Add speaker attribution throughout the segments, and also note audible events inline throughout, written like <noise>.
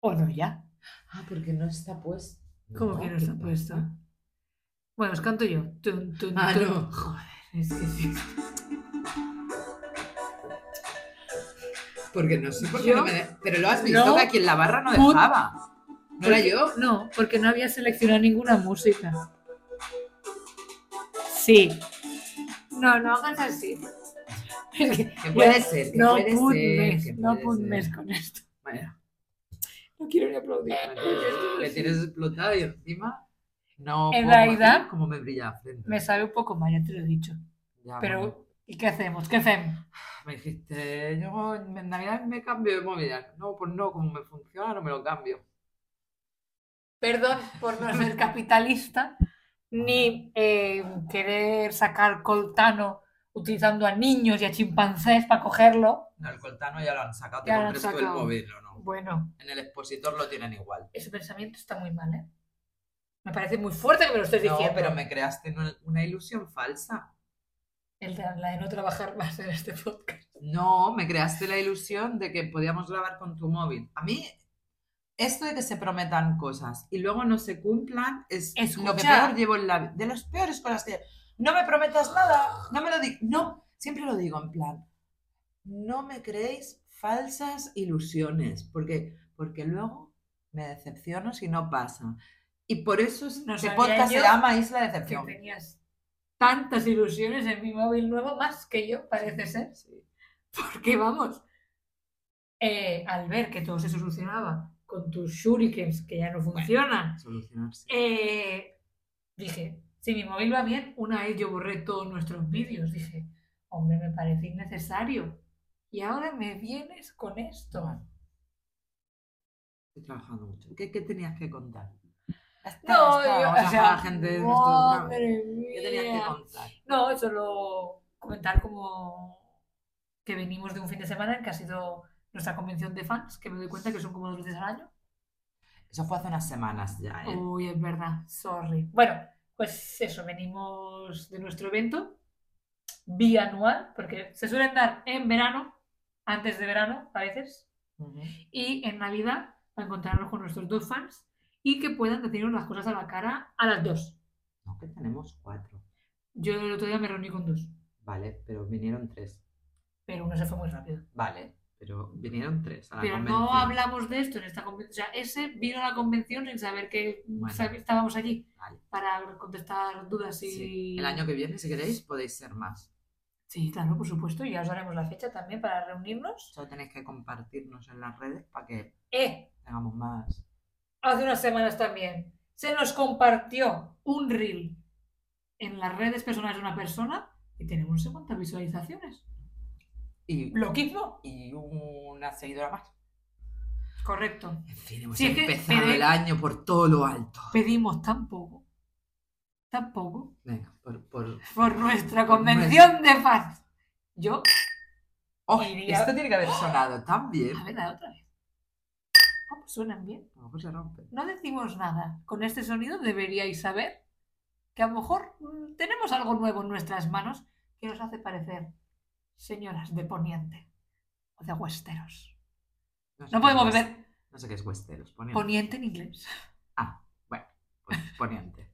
Speaker 1: ¿O no ya?
Speaker 2: Ah, porque no está puesto.
Speaker 1: ¿Cómo que no está
Speaker 2: qué
Speaker 1: puesto?
Speaker 2: pasa.
Speaker 1: Bueno, os canto yo. Tun, tun,
Speaker 2: Ah,
Speaker 1: tun.
Speaker 2: no.
Speaker 1: Joder, es que sí.
Speaker 2: Porque no sé por qué
Speaker 1: Yo-
Speaker 2: no me de- Pero lo has visto
Speaker 1: No.
Speaker 2: que aquí en la barra no
Speaker 1: Put-
Speaker 2: dejaba. ¿No era yo?
Speaker 1: No, porque no había seleccionado ninguna música. Sí. No, no hagas
Speaker 2: <laughs>
Speaker 1: así. Es que
Speaker 2: Que puede ser,
Speaker 1: <laughs>
Speaker 2: que
Speaker 1: no
Speaker 2: puede
Speaker 1: punmes,
Speaker 2: ser. que
Speaker 1: no
Speaker 2: puede
Speaker 1: punmes
Speaker 2: ser.
Speaker 1: con esto.
Speaker 2: Bueno,
Speaker 1: No quiero ni aplaudir.
Speaker 2: le tienes explotado y encima. No,
Speaker 1: En
Speaker 2: puedo
Speaker 1: realidad-
Speaker 2: imaginar cómo me brilla la frente.
Speaker 1: Me sabe un poco mal, ya te lo he dicho.
Speaker 2: Ya, Ah, bueno.
Speaker 1: Pero, ¿y qué hacemos? ¿Qué hacemos?
Speaker 2: Me dijiste, yo en Navidad me cambio de móvil. No, pues no, como me funciona, no me lo cambio.
Speaker 1: Perdón por no ser capitalista, ni eh, querer sacar coltano utilizando a niños y a chimpancés para cogerlo.
Speaker 2: No, el coltano ya lo han sacado,
Speaker 1: Ya lo
Speaker 2: te
Speaker 1: han
Speaker 2: compres tú el
Speaker 1: sacado.
Speaker 2: móvil o no.
Speaker 1: Bueno,
Speaker 2: En el expositor lo tienen igual.
Speaker 1: ese pensamiento está muy mal, ¿eh? Me parece muy fuerte que me lo estés
Speaker 2: No,
Speaker 1: diciendo.
Speaker 2: pero me creaste una- una ilusión falsa.
Speaker 1: El de, la de no trabajar más en este podcast.
Speaker 2: No, me creaste la ilusión de que podíamos grabar con tu móvil. A mí, esto de que se prometan cosas y luego no se cumplan es lo que
Speaker 1: Escucha.
Speaker 2: peor llevo en la vida. De las peores cosas que... No me prometas nada, no me lo digas. No, siempre lo digo en plan, no me creéis falsas ilusiones, porque, porque luego me decepciono si no pasa. Y por eso es-
Speaker 1: No
Speaker 2: este
Speaker 1: sabía
Speaker 2: podcast se
Speaker 1: yo
Speaker 2: llama Isla
Speaker 1: Que
Speaker 2: Decepción.
Speaker 1: tenías tantas ilusiones en mi móvil nuevo, más que yo, parece ser.
Speaker 2: Sí.
Speaker 1: Porque vamos, eh, al ver que todo se solucionaba con tus shurikens que ya no funcionan,
Speaker 2: Solucionarse.
Speaker 1: eh, dije, si mi móvil va bien, una vez yo borré todos nuestros vídeos, dije, hombre, me parece innecesario. Y ahora me vienes con esto.
Speaker 2: Estoy trabajando mucho. ¿Qué, qué tenías que contar? Ya está,
Speaker 1: No,
Speaker 2: ya está,
Speaker 1: yo,
Speaker 2: vamos a
Speaker 1: o
Speaker 2: dejar
Speaker 1: <laughs>
Speaker 2: a
Speaker 1: sea,
Speaker 2: la gente de nuestro programa.
Speaker 1: madre
Speaker 2: ¿Qué tenías que
Speaker 1: mía.
Speaker 2: contar?
Speaker 1: No, solo comentar como que venimos de un fin de semana en que ha sido nuestra convención de fans, que me doy cuenta que son como dos veces al año.
Speaker 2: Eso fue hace unas semanas ya, ¿eh?
Speaker 1: Uy, es verdad, sorry. Bueno, pues eso, venimos de nuestro evento bianual, porque se suelen dar en verano, antes de verano a veces,
Speaker 2: Ujú.
Speaker 1: y en Navidad para encontrarnos con nuestros dos fans y que puedan decirnos las cosas a la cara a las dos.
Speaker 2: No, que tenemos cuatro.
Speaker 1: Yo el otro día me reuní con dos,
Speaker 2: Vale, pero vinieron tres.
Speaker 1: pero uno se fue muy rápido.
Speaker 2: Vale, pero vinieron tres a la
Speaker 1: Pero no
Speaker 2: convención.
Speaker 1: hablamos de esto en esta convención. O sea, ese vino a la convención sin saber que
Speaker 2: Bueno.
Speaker 1: sab- estábamos allí
Speaker 2: Vale.
Speaker 1: para contestar dudas y...
Speaker 2: Sí. El año que viene, si queréis, podéis ser más.
Speaker 1: Sí, claro, por supuesto. Y ya os daremos la fecha también para reunirnos.
Speaker 2: Solo tenéis que compartirnos en las redes para que
Speaker 1: Eh,
Speaker 2: tengamos más.
Speaker 1: hace unas semanas también se nos compartió un reel en las redes personales de una persona y tenemos 50 visualizaciones.
Speaker 2: Y,
Speaker 1: Lo mismo.
Speaker 2: y una seguidora más.
Speaker 1: Correcto.
Speaker 2: En fin, hemos
Speaker 1: Sí, es que-
Speaker 2: empezado
Speaker 1: pero-
Speaker 2: el año por todo lo alto.
Speaker 1: Pedimos tan poco. Tan poco.
Speaker 2: Venga, por... por...
Speaker 1: <laughs> Por nuestra
Speaker 2: Por
Speaker 1: convención de fans. Yo
Speaker 2: Oh,
Speaker 1: Iría-
Speaker 2: Esto tiene que haber sonado
Speaker 1: <gasps>
Speaker 2: tan bien.
Speaker 1: A ver, la otra vez. Ah, pues suenan bien.
Speaker 2: No, pues se rompe.
Speaker 1: No decimos nada. Con este sonido deberíais saber que a lo mejor mm, tenemos algo nuevo en nuestras manos que nos hace parecer señoras de Poniente o de Westeros.
Speaker 2: sé
Speaker 1: No
Speaker 2: qué
Speaker 1: podemos
Speaker 2: es West-
Speaker 1: beber
Speaker 2: No sé qué es Westeros. Poniente.
Speaker 1: Poniente en inglés.
Speaker 2: Pues, poniente.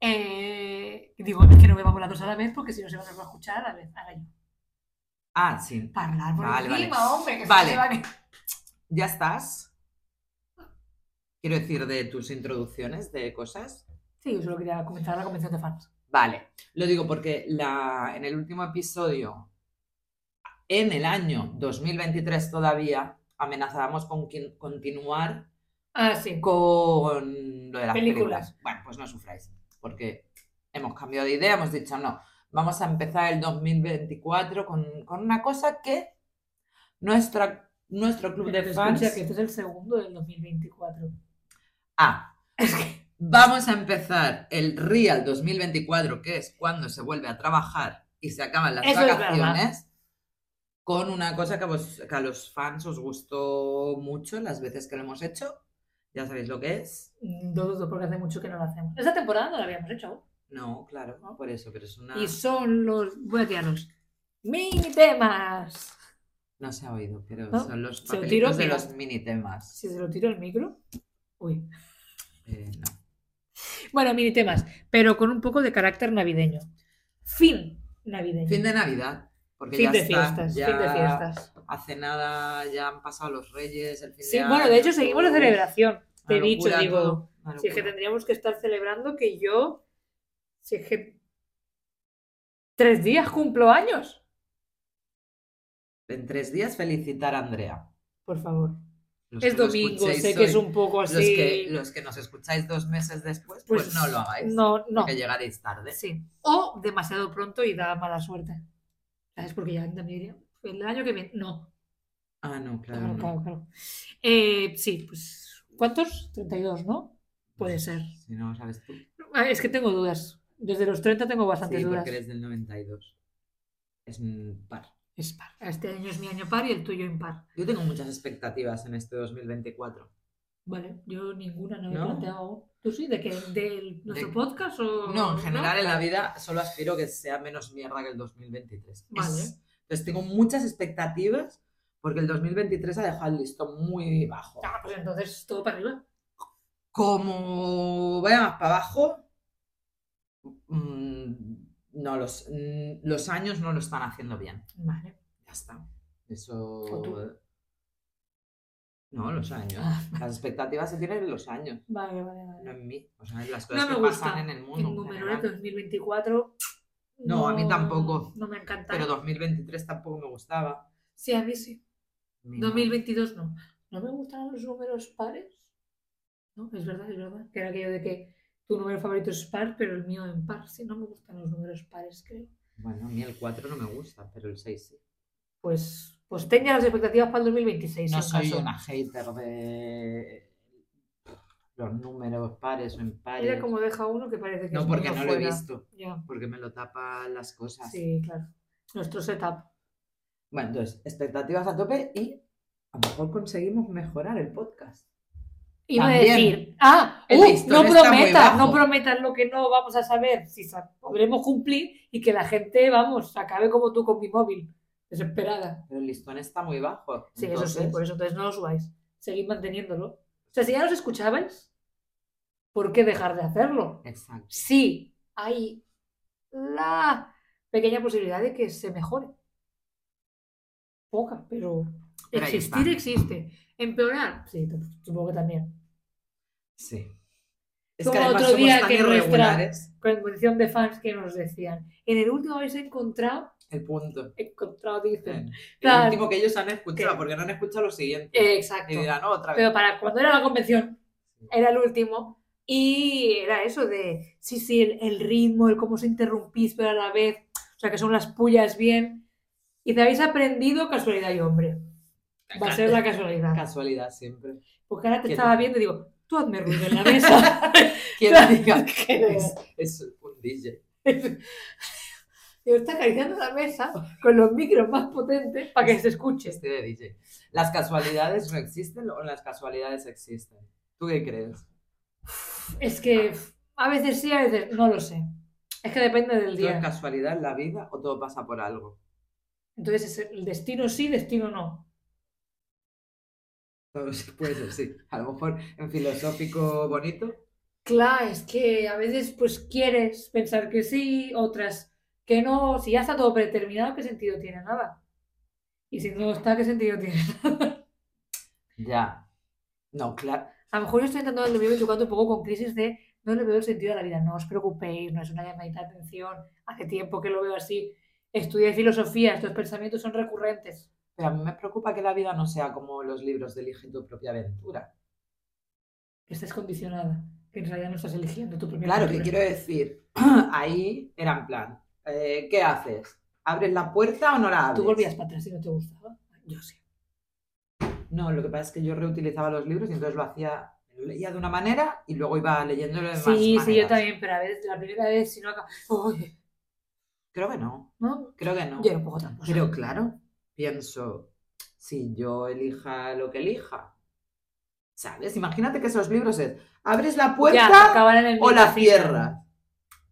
Speaker 1: Eh, digo, es que no bebamos las dos a la vez porque si no se va a escuchar a la vez. Ahora yo.
Speaker 2: Ah, sí.
Speaker 1: Parlar por
Speaker 2: Vale,
Speaker 1: encima,
Speaker 2: vale.
Speaker 1: hombre. Que se
Speaker 2: Vale.
Speaker 1: me va que-
Speaker 2: ¿Ya estás? Quiero decir, de tus introducciones de cosas.
Speaker 1: Sí, yo solo quería comentar la convención de fans.
Speaker 2: Vale. Lo digo porque la, en el último episodio, en el año 2023 todavía, amenazábamos con quin- continuar
Speaker 1: Ah, sí.
Speaker 2: con lo de las películas.
Speaker 1: Películas.
Speaker 2: Bueno, pues no sufráis, porque hemos cambiado de idea, hemos dicho, no, vamos a empezar el 2024 con, con una cosa que nuestra, nuestro club de fans...
Speaker 1: Escucha, que este es el segundo del 2024.
Speaker 2: Ah, vamos a empezar el Real 2024, que es cuando se vuelve a trabajar y se acaban las
Speaker 1: Eso es verdad.
Speaker 2: vacaciones. Con una cosa que a, vos- que a los fans os gustó mucho las veces que lo hemos hecho. Ya sabéis lo que es.
Speaker 1: No dudo porque hace mucho que no lo hacemos. Esta temporada no la habíamos hecho aún.
Speaker 2: No, claro, no por eso, pero es una.
Speaker 1: Y son los, voy a tirarlos, mini temas.
Speaker 2: No se ha oído, pero
Speaker 1: ¿No?
Speaker 2: son los
Speaker 1: Se lo
Speaker 2: papelitos
Speaker 1: tiro,
Speaker 2: de
Speaker 1: mira.
Speaker 2: los mini temas.
Speaker 1: Si se lo tiro el micro. Uy.
Speaker 2: Eh, no.
Speaker 1: Bueno, mini temas, pero con un poco de carácter navideño. Fin navideño.
Speaker 2: Fin de Navidad. Porque
Speaker 1: Fin
Speaker 2: ya
Speaker 1: de
Speaker 2: está,
Speaker 1: fiestas,
Speaker 2: ya
Speaker 1: fin de fiestas.
Speaker 2: Hace nada ya han pasado los reyes, el fin
Speaker 1: Sí,
Speaker 2: de
Speaker 1: bueno, de hecho
Speaker 2: año,
Speaker 1: seguimos la
Speaker 2: uf,
Speaker 1: celebración. Te he
Speaker 2: una
Speaker 1: dicho,
Speaker 2: locura
Speaker 1: digo.
Speaker 2: todo, una
Speaker 1: Si es que
Speaker 2: locura.
Speaker 1: tendríamos que estar celebrando que yo. Si es que. Tres días cumplo años.
Speaker 2: En tres días felicitar a Andrea.
Speaker 1: Por favor.
Speaker 2: Los
Speaker 1: Es
Speaker 2: que lo
Speaker 1: domingo,
Speaker 2: escuchéis
Speaker 1: sé que es
Speaker 2: hoy,
Speaker 1: un poco
Speaker 2: Los
Speaker 1: así.
Speaker 2: que, los que nos escucháis dos meses después, pues, no lo hagáis.
Speaker 1: No, no.
Speaker 2: Porque llegaréis tarde.
Speaker 1: Sí. O demasiado pronto y da mala suerte. ¿Sabes? Porque ya también diría, el año que viene. No.
Speaker 2: Ah, no, claro.
Speaker 1: Claro,
Speaker 2: no.
Speaker 1: claro, claro. Eh, sí, pues. ¿Cuántos? 32, ¿no? Puede ser.
Speaker 2: Pues Si no, sabes tú.
Speaker 1: Ah, Es que tengo dudas. Desde los 30 tengo bastantes
Speaker 2: Sí,
Speaker 1: dudas.
Speaker 2: porque eres del 92. Es un par.
Speaker 1: Es par. Este año es mi año par y el tuyo impar.
Speaker 2: Yo tengo muchas expectativas en este 2024.
Speaker 1: Vale, yo ninguna no me he
Speaker 2: ¿No?
Speaker 1: planteado aún. ¿Tú sí? ¿De qué? ¿De nuestro
Speaker 2: De-
Speaker 1: podcast o...?
Speaker 2: No, en general en la vida solo aspiro que sea menos mierda que el 2023.
Speaker 1: Vale.
Speaker 2: Es- Entonces tengo muchas expectativas porque el 2023 ha dejado el listón muy bajo.
Speaker 1: Ah, pues entonces todo para arriba.
Speaker 2: Como vaya más para abajo, mm, no los, mm, los años no lo están haciendo bien.
Speaker 1: Vale.
Speaker 2: Ya está. Eso. eh,
Speaker 1: ¿O tú?
Speaker 2: No, los años.
Speaker 1: Ah.
Speaker 2: Las expectativas se tienen en los años,
Speaker 1: Vale, vale, vale.
Speaker 2: no en mí. O sea, en las
Speaker 1: No
Speaker 2: cosas
Speaker 1: me
Speaker 2: que
Speaker 1: gusta
Speaker 2: pasan en el mundo.
Speaker 1: el
Speaker 2: en
Speaker 1: número ¿eh?
Speaker 2: general.
Speaker 1: de 2024...
Speaker 2: No, a mí tampoco.
Speaker 1: No me encanta.
Speaker 2: Pero 2023 tampoco me gustaba.
Speaker 1: Sí, a mí sí.
Speaker 2: Mi madre.
Speaker 1: 2022 no. No me gustan los números pares. No, es verdad, es verdad. Que era aquello de que tu número favorito es par, pero el mío en par. Sí, no me gustan los números pares, creo.
Speaker 2: Bueno, a mí el 4 no me gusta, pero el 6 sí.
Speaker 1: Pues, pues tenga las expectativas para el 2026.
Speaker 2: No
Speaker 1: en
Speaker 2: soy
Speaker 1: caso.
Speaker 2: una hater de los números pares o impares.
Speaker 1: Mira cómo deja uno que parece que
Speaker 2: No,
Speaker 1: es
Speaker 2: porque no
Speaker 1: mundo
Speaker 2: lo he
Speaker 1: fuera.
Speaker 2: visto, Ah.
Speaker 1: Ya,
Speaker 2: porque me lo tapan las cosas.
Speaker 1: sí, claro. Nuestro setup.
Speaker 2: Bueno, entonces, expectativas a tope y a lo mejor conseguimos mejorar el podcast.
Speaker 1: Iba a
Speaker 2: También.
Speaker 1: decir, ah,
Speaker 2: El
Speaker 1: uh,
Speaker 2: listón
Speaker 1: no
Speaker 2: está muy
Speaker 1: prometas,
Speaker 2: bajo.
Speaker 1: no prometas lo que no vamos a saber, si sa- podremos cumplir y que la gente, vamos, acabe como tú con mi móvil, desesperada.
Speaker 2: Pero el listón está muy bajo.
Speaker 1: Sí, eso sí,
Speaker 2: entonces,
Speaker 1: por eso entonces no lo subáis, seguid manteniéndolo. O sea, si ya nos escuchabais, ¿por qué dejar de hacerlo?
Speaker 2: Exacto.
Speaker 1: Sí, hay la pequeña posibilidad de que se mejore. Poca, pero,
Speaker 2: Pero ahí
Speaker 1: existir
Speaker 2: está.
Speaker 1: existe. Empeorar, sí, t- supongo que también.
Speaker 2: Sí. Es
Speaker 1: Como
Speaker 2: que además
Speaker 1: otro
Speaker 2: somos
Speaker 1: día
Speaker 2: tan
Speaker 1: que nuestra-
Speaker 2: irregulares.
Speaker 1: con condición de fans que nos decían. En el último habéis encontrado,
Speaker 2: El punto.
Speaker 1: encontrado, dicen.
Speaker 2: El
Speaker 1: Claro.
Speaker 2: último que ellos han escuchado,
Speaker 1: Que-
Speaker 2: porque no han escuchado lo siguiente.
Speaker 1: Eh,
Speaker 2: Y
Speaker 1: exacto.
Speaker 2: dirán, no, otra vez.
Speaker 1: Pero para cuando era la convención, era el último. Y era eso de, sí, sí, el, el ritmo, el cómo se interrumpís, pero a la vez, o sea, que son las pullas bien. Y te habéis aprendido casualidad y hombre. Va a ser la casualidad. <laughs>
Speaker 2: casualidad siempre.
Speaker 1: Porque ahora te
Speaker 2: ¿Quién?
Speaker 1: estaba viendo y digo, tú hazme ruido en la mesa.
Speaker 2: Quien
Speaker 1: Claro, <laughs>
Speaker 2: diga
Speaker 1: que no.
Speaker 2: que es, es un DJ.
Speaker 1: Digo, está acariciando la mesa con los micros más potentes para que se escuche.
Speaker 2: Este de DJ. ¿Las casualidades no existen o las casualidades existen? ¿Tú qué crees?
Speaker 1: Es que pf, a veces sí, a veces no lo sé. Es que depende del
Speaker 2: ¿Todo es
Speaker 1: día.
Speaker 2: casualidad en la vida o todo pasa por algo?
Speaker 1: Entonces, es el destino sí, destino no.
Speaker 2: Todo se- puede ser, sí. A lo mejor en filosófico bonito.
Speaker 1: Claro, es que a veces pues quieres pensar que sí, otras que no. Si ya está todo predeterminado, ¿qué sentido tiene nada? Y si no está, ¿qué sentido tiene?
Speaker 2: Ya. No, claro.
Speaker 1: A lo mejor yo estoy intentando el 2024 un poco con crisis de no le veo el sentido a la vida. No os preocupéis, no es una llamadita de atención. Hace tiempo que lo veo así. Estudié filosofía, estos pensamientos son recurrentes.
Speaker 2: Pero a mí me preocupa que la vida no sea como los libros de Elige tu propia aventura.
Speaker 1: que estás condicionada, que en realidad no estás eligiendo tu propia
Speaker 2: Claro, que
Speaker 1: aventura.
Speaker 2: quiero decir, <clears throat> ahí era en plan, eh, ¿qué haces? ¿Abres la puerta o no la abres?
Speaker 1: Tú volvías para atrás y no te gustaba. Yo sí.
Speaker 2: No, lo que pasa es que yo reutilizaba los libros y entonces lo hacía, lo leía de una manera y luego iba leyéndolo de Pues más
Speaker 1: Sí, sí, yo
Speaker 2: maneras.
Speaker 1: también, pero a veces la primera vez, si no acá. Uy,
Speaker 2: Creo que no,
Speaker 1: ¿no?
Speaker 2: creo que no.
Speaker 1: Yo no puedo tampoco.
Speaker 2: Pero claro, pienso, si yo elija lo que elija, ¿sabes? Imagínate que esos libros es, abres la puerta
Speaker 1: ya, acabar en el
Speaker 2: o
Speaker 1: mismo
Speaker 2: la
Speaker 1: sitio.
Speaker 2: cierras.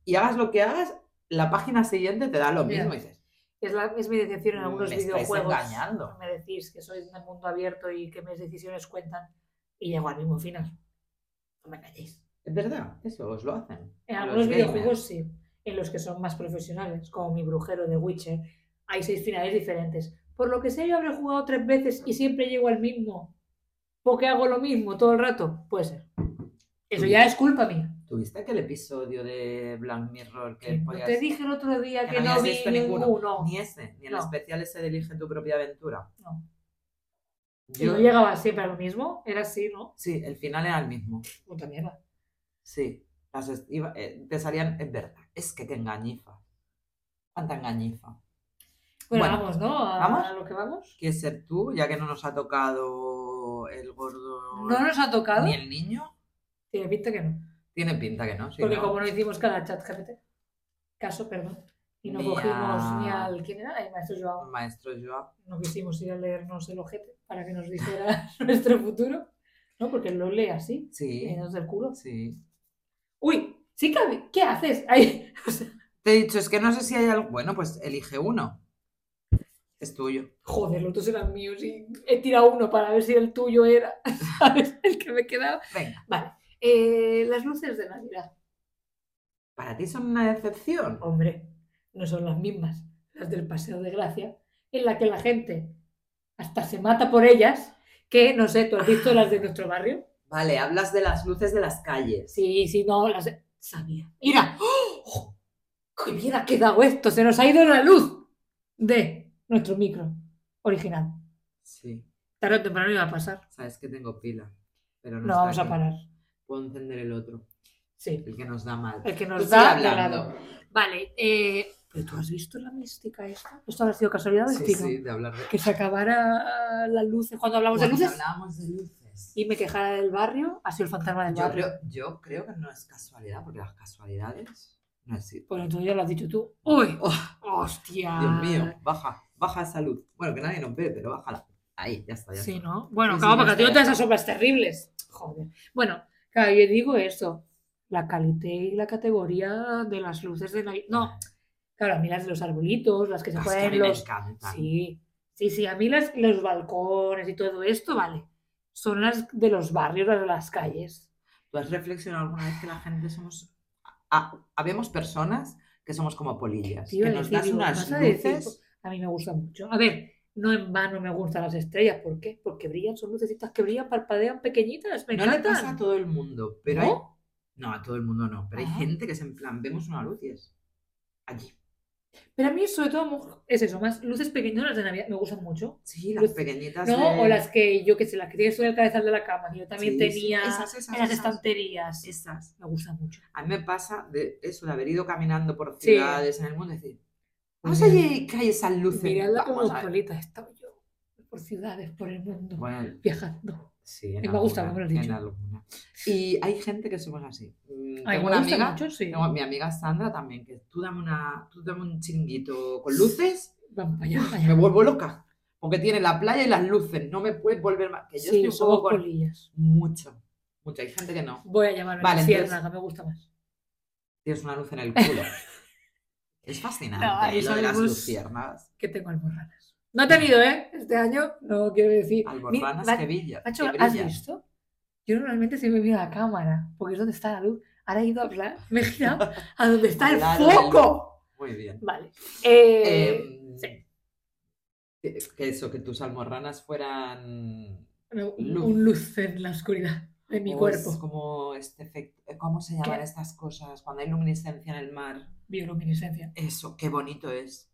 Speaker 2: Y hagas lo que hagas, la página siguiente te da lo
Speaker 1: Ya.
Speaker 2: mismo y dices,
Speaker 1: Es, la- es mi decepción en algunos
Speaker 2: Mm, Me estáis
Speaker 1: videojuegos.
Speaker 2: engañando.
Speaker 1: Me decís que sois del mundo abierto y que mis decisiones cuentan y llego al mismo final. No me engañéis.
Speaker 2: Es verdad, eso os lo hacen.
Speaker 1: En
Speaker 2: Los
Speaker 1: algunos
Speaker 2: gamers.
Speaker 1: videojuegos sí, en los que son más profesionales, como mi brujero de Witcher, hay seis finales diferentes. Por lo que sé, yo habré jugado tres veces y siempre llego al mismo. Porque hago lo mismo todo el rato. Puede ser. Eso
Speaker 2: Sí.
Speaker 1: ya es culpa mía.
Speaker 2: ¿Tuviste aquel episodio de Black Mirror que
Speaker 1: Que no
Speaker 2: podías-
Speaker 1: te dije el otro día que,
Speaker 2: que no
Speaker 1: no,
Speaker 2: habías
Speaker 1: vi
Speaker 2: visto ninguno.
Speaker 1: ninguno.
Speaker 2: Ni ese, ni el
Speaker 1: No.
Speaker 2: especial ese de Elige tu propia aventura.
Speaker 1: No. Y
Speaker 2: Yo,
Speaker 1: no llegaba siempre a lo mismo. Era así, ¿no?
Speaker 2: Sí, el final era el mismo.
Speaker 1: Puta mierda.
Speaker 2: Sí. Las es- iba- eh, te salían, es verdad, es que te engañifa. Cuánta engañifa.
Speaker 1: Bueno,
Speaker 2: Bueno,
Speaker 1: vamos, ¿no? A,
Speaker 2: ¿vamos?
Speaker 1: a lo que vamos.
Speaker 2: ¿Quieres ser tú, ya que no nos ha tocado el gordo
Speaker 1: No nos ha tocado.
Speaker 2: ni el niño?
Speaker 1: Tiene pinta que no.
Speaker 2: Tiene pinta que no. si
Speaker 1: Porque
Speaker 2: no-
Speaker 1: como no hicimos cada chat GPT, caso, perdón. Y no
Speaker 2: Ni a-
Speaker 1: cogimos ni al. ¿Quién era? El maestro Joao.
Speaker 2: Maestro Joao.
Speaker 1: no quisimos ir a leernos el ojete para que nos dijera <laughs> nuestro futuro, ¿no? Porque lo lee así,
Speaker 2: Sí,
Speaker 1: nos del culo.
Speaker 2: sí.
Speaker 1: Uy, sí que hab- ¿qué haces? Ahí, o sea,
Speaker 2: Te he dicho, es que no sé si hay algo. Bueno, pues elige uno. Es tuyo.
Speaker 1: <laughs> joder, los dos eran míos y he tirado uno para ver si el tuyo era, <laughs> ¿sabes? El que me quedaba.
Speaker 2: Venga.
Speaker 1: Vale, eh, las luces de Navidad.
Speaker 2: Para ti son una decepción.
Speaker 1: Hombre, no son las mismas, las del Paseo de Gracia, en la que la gente hasta se mata por ellas, que no sé, ¿tú has visto las de nuestro barrio?
Speaker 2: Vale, hablas de las luces de las calles.
Speaker 1: Sí, sí, no, las sabía. Mira, ¡oh! ¡Qué bien ha quedado esto! Se nos ha ido la luz de nuestro micro original.
Speaker 2: Sí.
Speaker 1: Tarde o temprano iba a pasar.
Speaker 2: Sabes que tengo pila. Pero
Speaker 1: No
Speaker 2: no, está
Speaker 1: vamos a
Speaker 2: aquí.
Speaker 1: parar.
Speaker 2: Puedo encender el otro,
Speaker 1: Sí,
Speaker 2: el que nos da mal.
Speaker 1: el que
Speaker 2: Tú
Speaker 1: nos
Speaker 2: sigue
Speaker 1: da de
Speaker 2: hablando.
Speaker 1: lado. Vale, eh, ¿pero tú has visto la mística esta? ¿Esto ha sido casualidad o
Speaker 2: Sí,
Speaker 1: destino?
Speaker 2: sí, de hablar de...
Speaker 1: Que se acabara las luces cuando hablamos
Speaker 2: Cuando
Speaker 1: de luces
Speaker 2: hablábamos de luces.
Speaker 1: y me quejara del barrio, ha sido el fantasma del
Speaker 2: Yo
Speaker 1: barrio.
Speaker 2: creo, yo creo que no es casualidad, porque las casualidades no existen.
Speaker 1: Bueno, entonces ya lo has dicho tú. ¡Uy!
Speaker 2: Oh,
Speaker 1: ¡Hostia!
Speaker 2: Dios mío, baja, baja esa luz. Bueno, que nadie nos ve, pero bájala. Ahí, ya está, ya
Speaker 1: Sí,
Speaker 2: está.
Speaker 1: ¿no? Bueno,
Speaker 2: Sí,
Speaker 1: claro,
Speaker 2: sí,
Speaker 1: porque
Speaker 2: ya
Speaker 1: tengo
Speaker 2: está,
Speaker 1: todas esas obras terribles. Joder. Bueno, claro, yo digo esto. La calidad y la categoría de las luces de Navidad. No, claro, a mí las de los arbolitos, las que se
Speaker 2: Es que a mí
Speaker 1: ponen
Speaker 2: me
Speaker 1: los.
Speaker 2: encantan.
Speaker 1: Sí, sí, sí, a mí las, los balcones y todo esto, vale. Son las de los barrios, las de las calles.
Speaker 2: ¿Tú has reflexionado alguna vez que la gente somos... ah, habemos personas que somos como polillas,
Speaker 1: Te iba
Speaker 2: que
Speaker 1: a
Speaker 2: nos
Speaker 1: decir,
Speaker 2: das
Speaker 1: digo,
Speaker 2: unas
Speaker 1: ¿vas a decir? pues,
Speaker 2: luces...
Speaker 1: A mí me gustan mucho. A ver, no en vano me gustan las estrellas. ¿Por qué? Porque brillan, son lucecitas que brillan, parpadean pequeñitas. Me
Speaker 2: No le
Speaker 1: encantan.
Speaker 2: pasa a todo el mundo, pero
Speaker 1: ¿No?
Speaker 2: hay... No, a todo el mundo no, pero hay
Speaker 1: Ah.
Speaker 2: gente que es en plan, vemos una luz y es allí.
Speaker 1: Pero a mí, sobre todo, mo- es eso, más luces pequeñonas de Navidad me gustan mucho.
Speaker 2: Sí, las
Speaker 1: Luz-
Speaker 2: pequeñitas
Speaker 1: pues, ¿No?
Speaker 2: de-
Speaker 1: O las que yo que sé, las que tienes tú en el cabezal de la cama, que yo también
Speaker 2: Sí, sí,
Speaker 1: tenía
Speaker 2: esas, esas,
Speaker 1: en las
Speaker 2: esas.
Speaker 1: estanterías.
Speaker 2: Esas.
Speaker 1: Me gustan mucho.
Speaker 2: A mí me pasa de eso, de haber ido caminando
Speaker 1: Sí.
Speaker 2: por
Speaker 1: Pues
Speaker 2: ciudades en el mundo y decir, vamos allí que hay esas luces.
Speaker 1: Miradla como
Speaker 2: vamos a ver".
Speaker 1: cosmopolita he estado yo por ciudades, por el mundo,
Speaker 2: Bueno,
Speaker 1: viajando.
Speaker 2: sí, en
Speaker 1: Me ha gustado,
Speaker 2: alguna,
Speaker 1: me lo has
Speaker 2: en
Speaker 1: dicho.
Speaker 2: alguna. Y hay gente que somos así. Mm,
Speaker 1: Ay,
Speaker 2: tengo
Speaker 1: me gusta
Speaker 2: una amiga,
Speaker 1: mucho, sí.
Speaker 2: tengo mi amiga Sandra también, que tú dame, una, tú dame un chinguito con luces,
Speaker 1: Vamos para allá, para
Speaker 2: me
Speaker 1: allá.
Speaker 2: vuelvo loca. Porque tiene la playa y las luces, no me puedes volver más. Que yo
Speaker 1: Sí,
Speaker 2: estoy un
Speaker 1: somos
Speaker 2: poco con...
Speaker 1: polillas.
Speaker 2: Mucho, mucho. Hay gente que no.
Speaker 1: Voy a llamarme
Speaker 2: Vale,
Speaker 1: la
Speaker 2: entonces-
Speaker 1: ciérnaga, me gusta más.
Speaker 2: Tienes una luz en
Speaker 1: <laughs>
Speaker 2: el culo. es fascinante
Speaker 1: No, ahí
Speaker 2: lo de las
Speaker 1: sabemos-
Speaker 2: luciernas.
Speaker 1: Que tengo alborranas. No he tenido, ¿eh? Este año no quiero decir.
Speaker 2: Alborranas
Speaker 1: Mi-
Speaker 2: que brilla-
Speaker 1: Macho,
Speaker 2: que
Speaker 1: ¿has
Speaker 2: brillan.
Speaker 1: visto? Yo normalmente siempre miro a la cámara, porque es donde está la luz. Ahora he ido a hablar, me he
Speaker 2: <laughs>
Speaker 1: girado a donde está el
Speaker 2: Al lado de la
Speaker 1: foco.
Speaker 2: Muy bien.
Speaker 1: Vale. Eh,
Speaker 2: Em,
Speaker 1: sí.
Speaker 2: que que eso, que tus almorranas fueran.
Speaker 1: no, un-
Speaker 2: luz.
Speaker 1: Un luz en la oscuridad de mi
Speaker 2: o
Speaker 1: cuerpo.
Speaker 2: Es como este efecto. ¿Cómo se llaman estas cosas? Cuando hay luminiscencia en el mar.
Speaker 1: Bioluminiscencia.
Speaker 2: Eso, qué bonito es.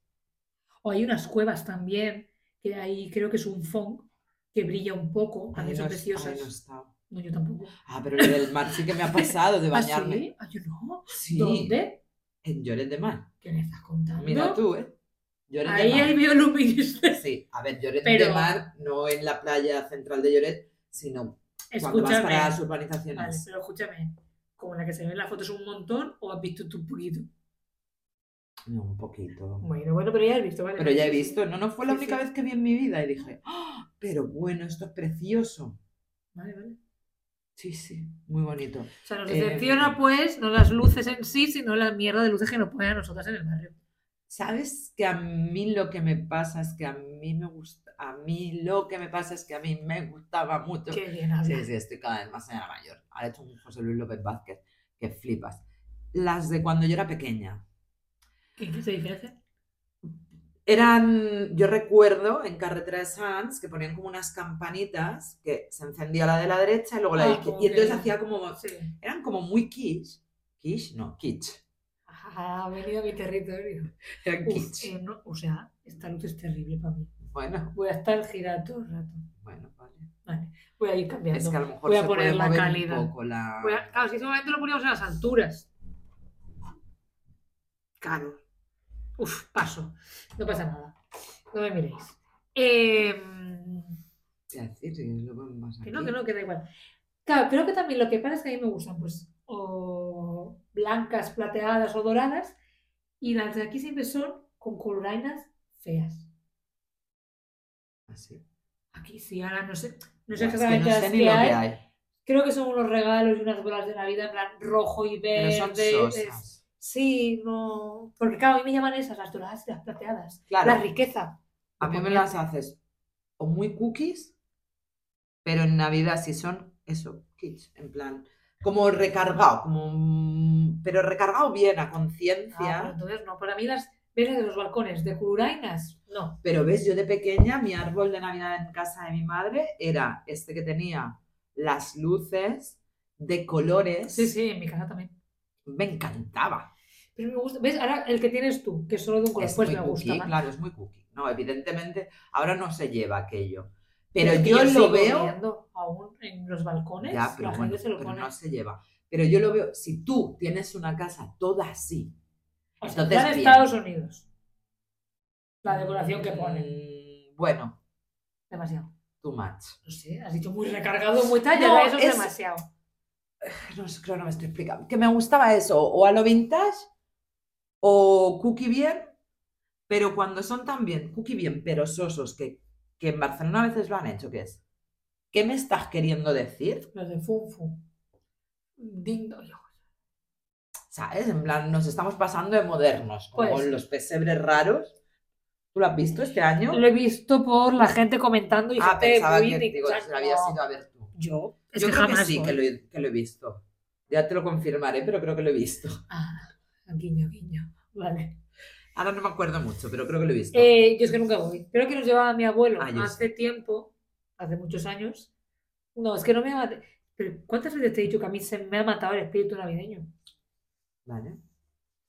Speaker 1: O hay unas cuevas también, que ahí creo que es un fong, que brilla un poco,
Speaker 2: Ahí
Speaker 1: también
Speaker 2: no
Speaker 1: Ah, son
Speaker 2: es- ahí no he
Speaker 1: preciosas.
Speaker 2: estado.
Speaker 1: No, yo tampoco.
Speaker 2: Ah, pero lo del mar sí que
Speaker 1: <laughs>
Speaker 2: me ha pasado de
Speaker 1: ¿Ah,
Speaker 2: bañarme.
Speaker 1: sí? Ah, yo no.
Speaker 2: sí?
Speaker 1: ¿Dónde?
Speaker 2: En Lloret de Mar.
Speaker 1: ¿Qué me estás contando?
Speaker 2: Mira tú, ¿eh? Lloret de
Speaker 1: Ahí
Speaker 2: Mar.
Speaker 1: hay bioluminiscencia.
Speaker 2: <laughs> Sí, a ver, Lloret de
Speaker 1: Pero-
Speaker 2: Mar, no en la playa central de Lloret, sino cuando vas
Speaker 1: Escúchame.
Speaker 2: para las
Speaker 1: Vale,
Speaker 2: urbanizaciones.
Speaker 1: pero escúchame, como la que se ve en la foto es un montón, o has visto tú un poquito.
Speaker 2: No, un poquito.
Speaker 1: Bueno, bueno, pero ya has visto, ¿vale?
Speaker 2: Pero ya he visto, no, no fue la
Speaker 1: Sí,
Speaker 2: única
Speaker 1: sí.
Speaker 2: vez que vi en mi vida y dije, "Ah, pero bueno, esto es precioso.
Speaker 1: Vale, vale.
Speaker 2: Sí, sí, muy bonito.
Speaker 1: O sea, nos
Speaker 2: Eh,
Speaker 1: decepciona, pues, no las luces en sí, sino la mierda de luces que nos ponen a nosotras en el barrio.
Speaker 2: ¿Sabes que a mí lo que me pasa es que a mí me gusta, a mí lo que me pasa es que a mí me gustaba mucho.
Speaker 1: Qué bien habla.
Speaker 2: Sí, sí, estoy cada vez más señora mayor. Ha hecho un José Luis López Vázquez que flipas. Las de cuando yo era pequeña.
Speaker 1: ¿Qué, qué se diferencia?
Speaker 2: Eran, yo recuerdo en Carretera de Sanz que ponían como unas campanitas que se encendía la de la derecha y luego la
Speaker 1: Ah,
Speaker 2: de izquierda.
Speaker 1: como
Speaker 2: Y entonces
Speaker 1: que-
Speaker 2: hacía como,
Speaker 1: Sí.
Speaker 2: eran como muy kitsch. ¿Kitsch? No, kitsch.
Speaker 1: Ah, ha venido a mi territorio.
Speaker 2: Eran
Speaker 1: Uf,
Speaker 2: kitsch.
Speaker 1: eh, no, o sea, esta luz es terrible para mí.
Speaker 2: Bueno,
Speaker 1: Voy a estar girando todo el rato.
Speaker 2: bueno, vale.
Speaker 1: Vale, voy a ir cambiando.
Speaker 2: Es que a lo mejor
Speaker 1: Voy a
Speaker 2: se
Speaker 1: poner
Speaker 2: puede
Speaker 1: la
Speaker 2: mover
Speaker 1: calidad.
Speaker 2: un poco la...
Speaker 1: Voy a- claro, si en ese momento lo poníamos en las alturas. Claro. Uf, paso. No pasa nada. No me miréis. Eh,
Speaker 2: Te iba a decir, y lo pongo más
Speaker 1: que no,
Speaker 2: aquí.
Speaker 1: que no, que da igual. Claro, creo que también lo que pasa es que a mí me gustan, pues, o blancas, plateadas o doradas. Y las de aquí siempre son con colorainas feas.
Speaker 2: Así.
Speaker 1: Aquí sí, ahora no sé, no
Speaker 2: Ah, Buah,
Speaker 1: sé
Speaker 2: es que
Speaker 1: exactamente ¿eh?
Speaker 2: no
Speaker 1: las
Speaker 2: sé
Speaker 1: que
Speaker 2: ni lo que
Speaker 1: hay.
Speaker 2: hay.
Speaker 1: Creo que son unos regalos y unas bolas de Navidad en plan rojo y
Speaker 2: Pero
Speaker 1: verde.
Speaker 2: son
Speaker 1: es-
Speaker 2: sosas.
Speaker 1: Sí, no. Porque claro, a mí me llaman esas, las doradas y las plateadas. La
Speaker 2: Claro,
Speaker 1: riqueza.
Speaker 2: a mí me
Speaker 1: ponía-
Speaker 2: las haces o muy cookies, pero en Navidad sí son eso, kitsch, en plan, como recargado, como... mm, Pero recargado bien, a
Speaker 1: Ah, pero
Speaker 2: conciencia.
Speaker 1: entonces no, para mí las velas de los balcones, de curainas, no.
Speaker 2: Pero ves, yo de pequeña, mi árbol de Navidad en casa de mi madre era este que tenía las luces de colores.
Speaker 1: Sí, sí, en mi casa también.
Speaker 2: Me encantaba.
Speaker 1: Pero me gusta. ¿Ves? Ahora el que tienes tú, que es solo de un color,
Speaker 2: Es
Speaker 1: pues
Speaker 2: muy
Speaker 1: me gusta
Speaker 2: cookie,
Speaker 1: más.
Speaker 2: claro, es muy cookie. No, evidentemente, ahora no se lleva aquello. Pero
Speaker 1: Es que
Speaker 2: yo,
Speaker 1: sigo
Speaker 2: lo veo.
Speaker 1: viendo aún en los balcones,
Speaker 2: Ya, pero
Speaker 1: la
Speaker 2: bueno,
Speaker 1: gente se lo
Speaker 2: pero
Speaker 1: pone.
Speaker 2: no se lleva. Pero yo lo veo. Si tú tienes una casa toda así.
Speaker 1: O sea,
Speaker 2: entonces
Speaker 1: está en
Speaker 2: bien.
Speaker 1: Estados Unidos. La decoración que ponen.
Speaker 2: mm, Bueno,
Speaker 1: Demasiado.
Speaker 2: too much.
Speaker 1: No sé, has dicho muy recargado, muy talla,
Speaker 2: No,
Speaker 1: eso es
Speaker 2: es-
Speaker 1: demasiado.
Speaker 2: Ah, No sé, creo que no me estoy explicando. Que me gustaba eso. O a lo vintage. O cookie bien. Pero cuando son tan bien, cookie bien, pero sosos, que, que en Barcelona a veces lo han hecho, que es. ¿Qué me estás queriendo decir?
Speaker 1: Los de Fun Fun. Ding dong.
Speaker 2: ¿Sabes? En plan, nos estamos pasando de modernos, como
Speaker 1: Pues-
Speaker 2: los pesebres raros. ¿Tú lo has visto este año?
Speaker 1: Lo he visto por la gente comentando y
Speaker 2: ah,
Speaker 1: gente
Speaker 2: pensaba
Speaker 1: muy
Speaker 2: que digo,
Speaker 1: tic-tac.
Speaker 2: se lo habías ido a ver tú.
Speaker 1: Yo, es
Speaker 2: Yo
Speaker 1: que
Speaker 2: creo que
Speaker 1: jamás
Speaker 2: sí,
Speaker 1: voy.
Speaker 2: que lo, he, que lo he visto. Ya te lo confirmaré, pero creo que lo he visto.
Speaker 1: Ah, guiño, guiño. Vale.
Speaker 2: Ahora no me acuerdo mucho, pero creo que lo he visto.
Speaker 1: Eh, yo es que nunca voy. Creo que nos llevaba mi abuelo
Speaker 2: Ah, yo
Speaker 1: hace tiempo, hace muchos años. No, es que no me ha Pero ¿cuántas veces te he dicho que a mí se me ha matado el espíritu navideño?
Speaker 2: Vale.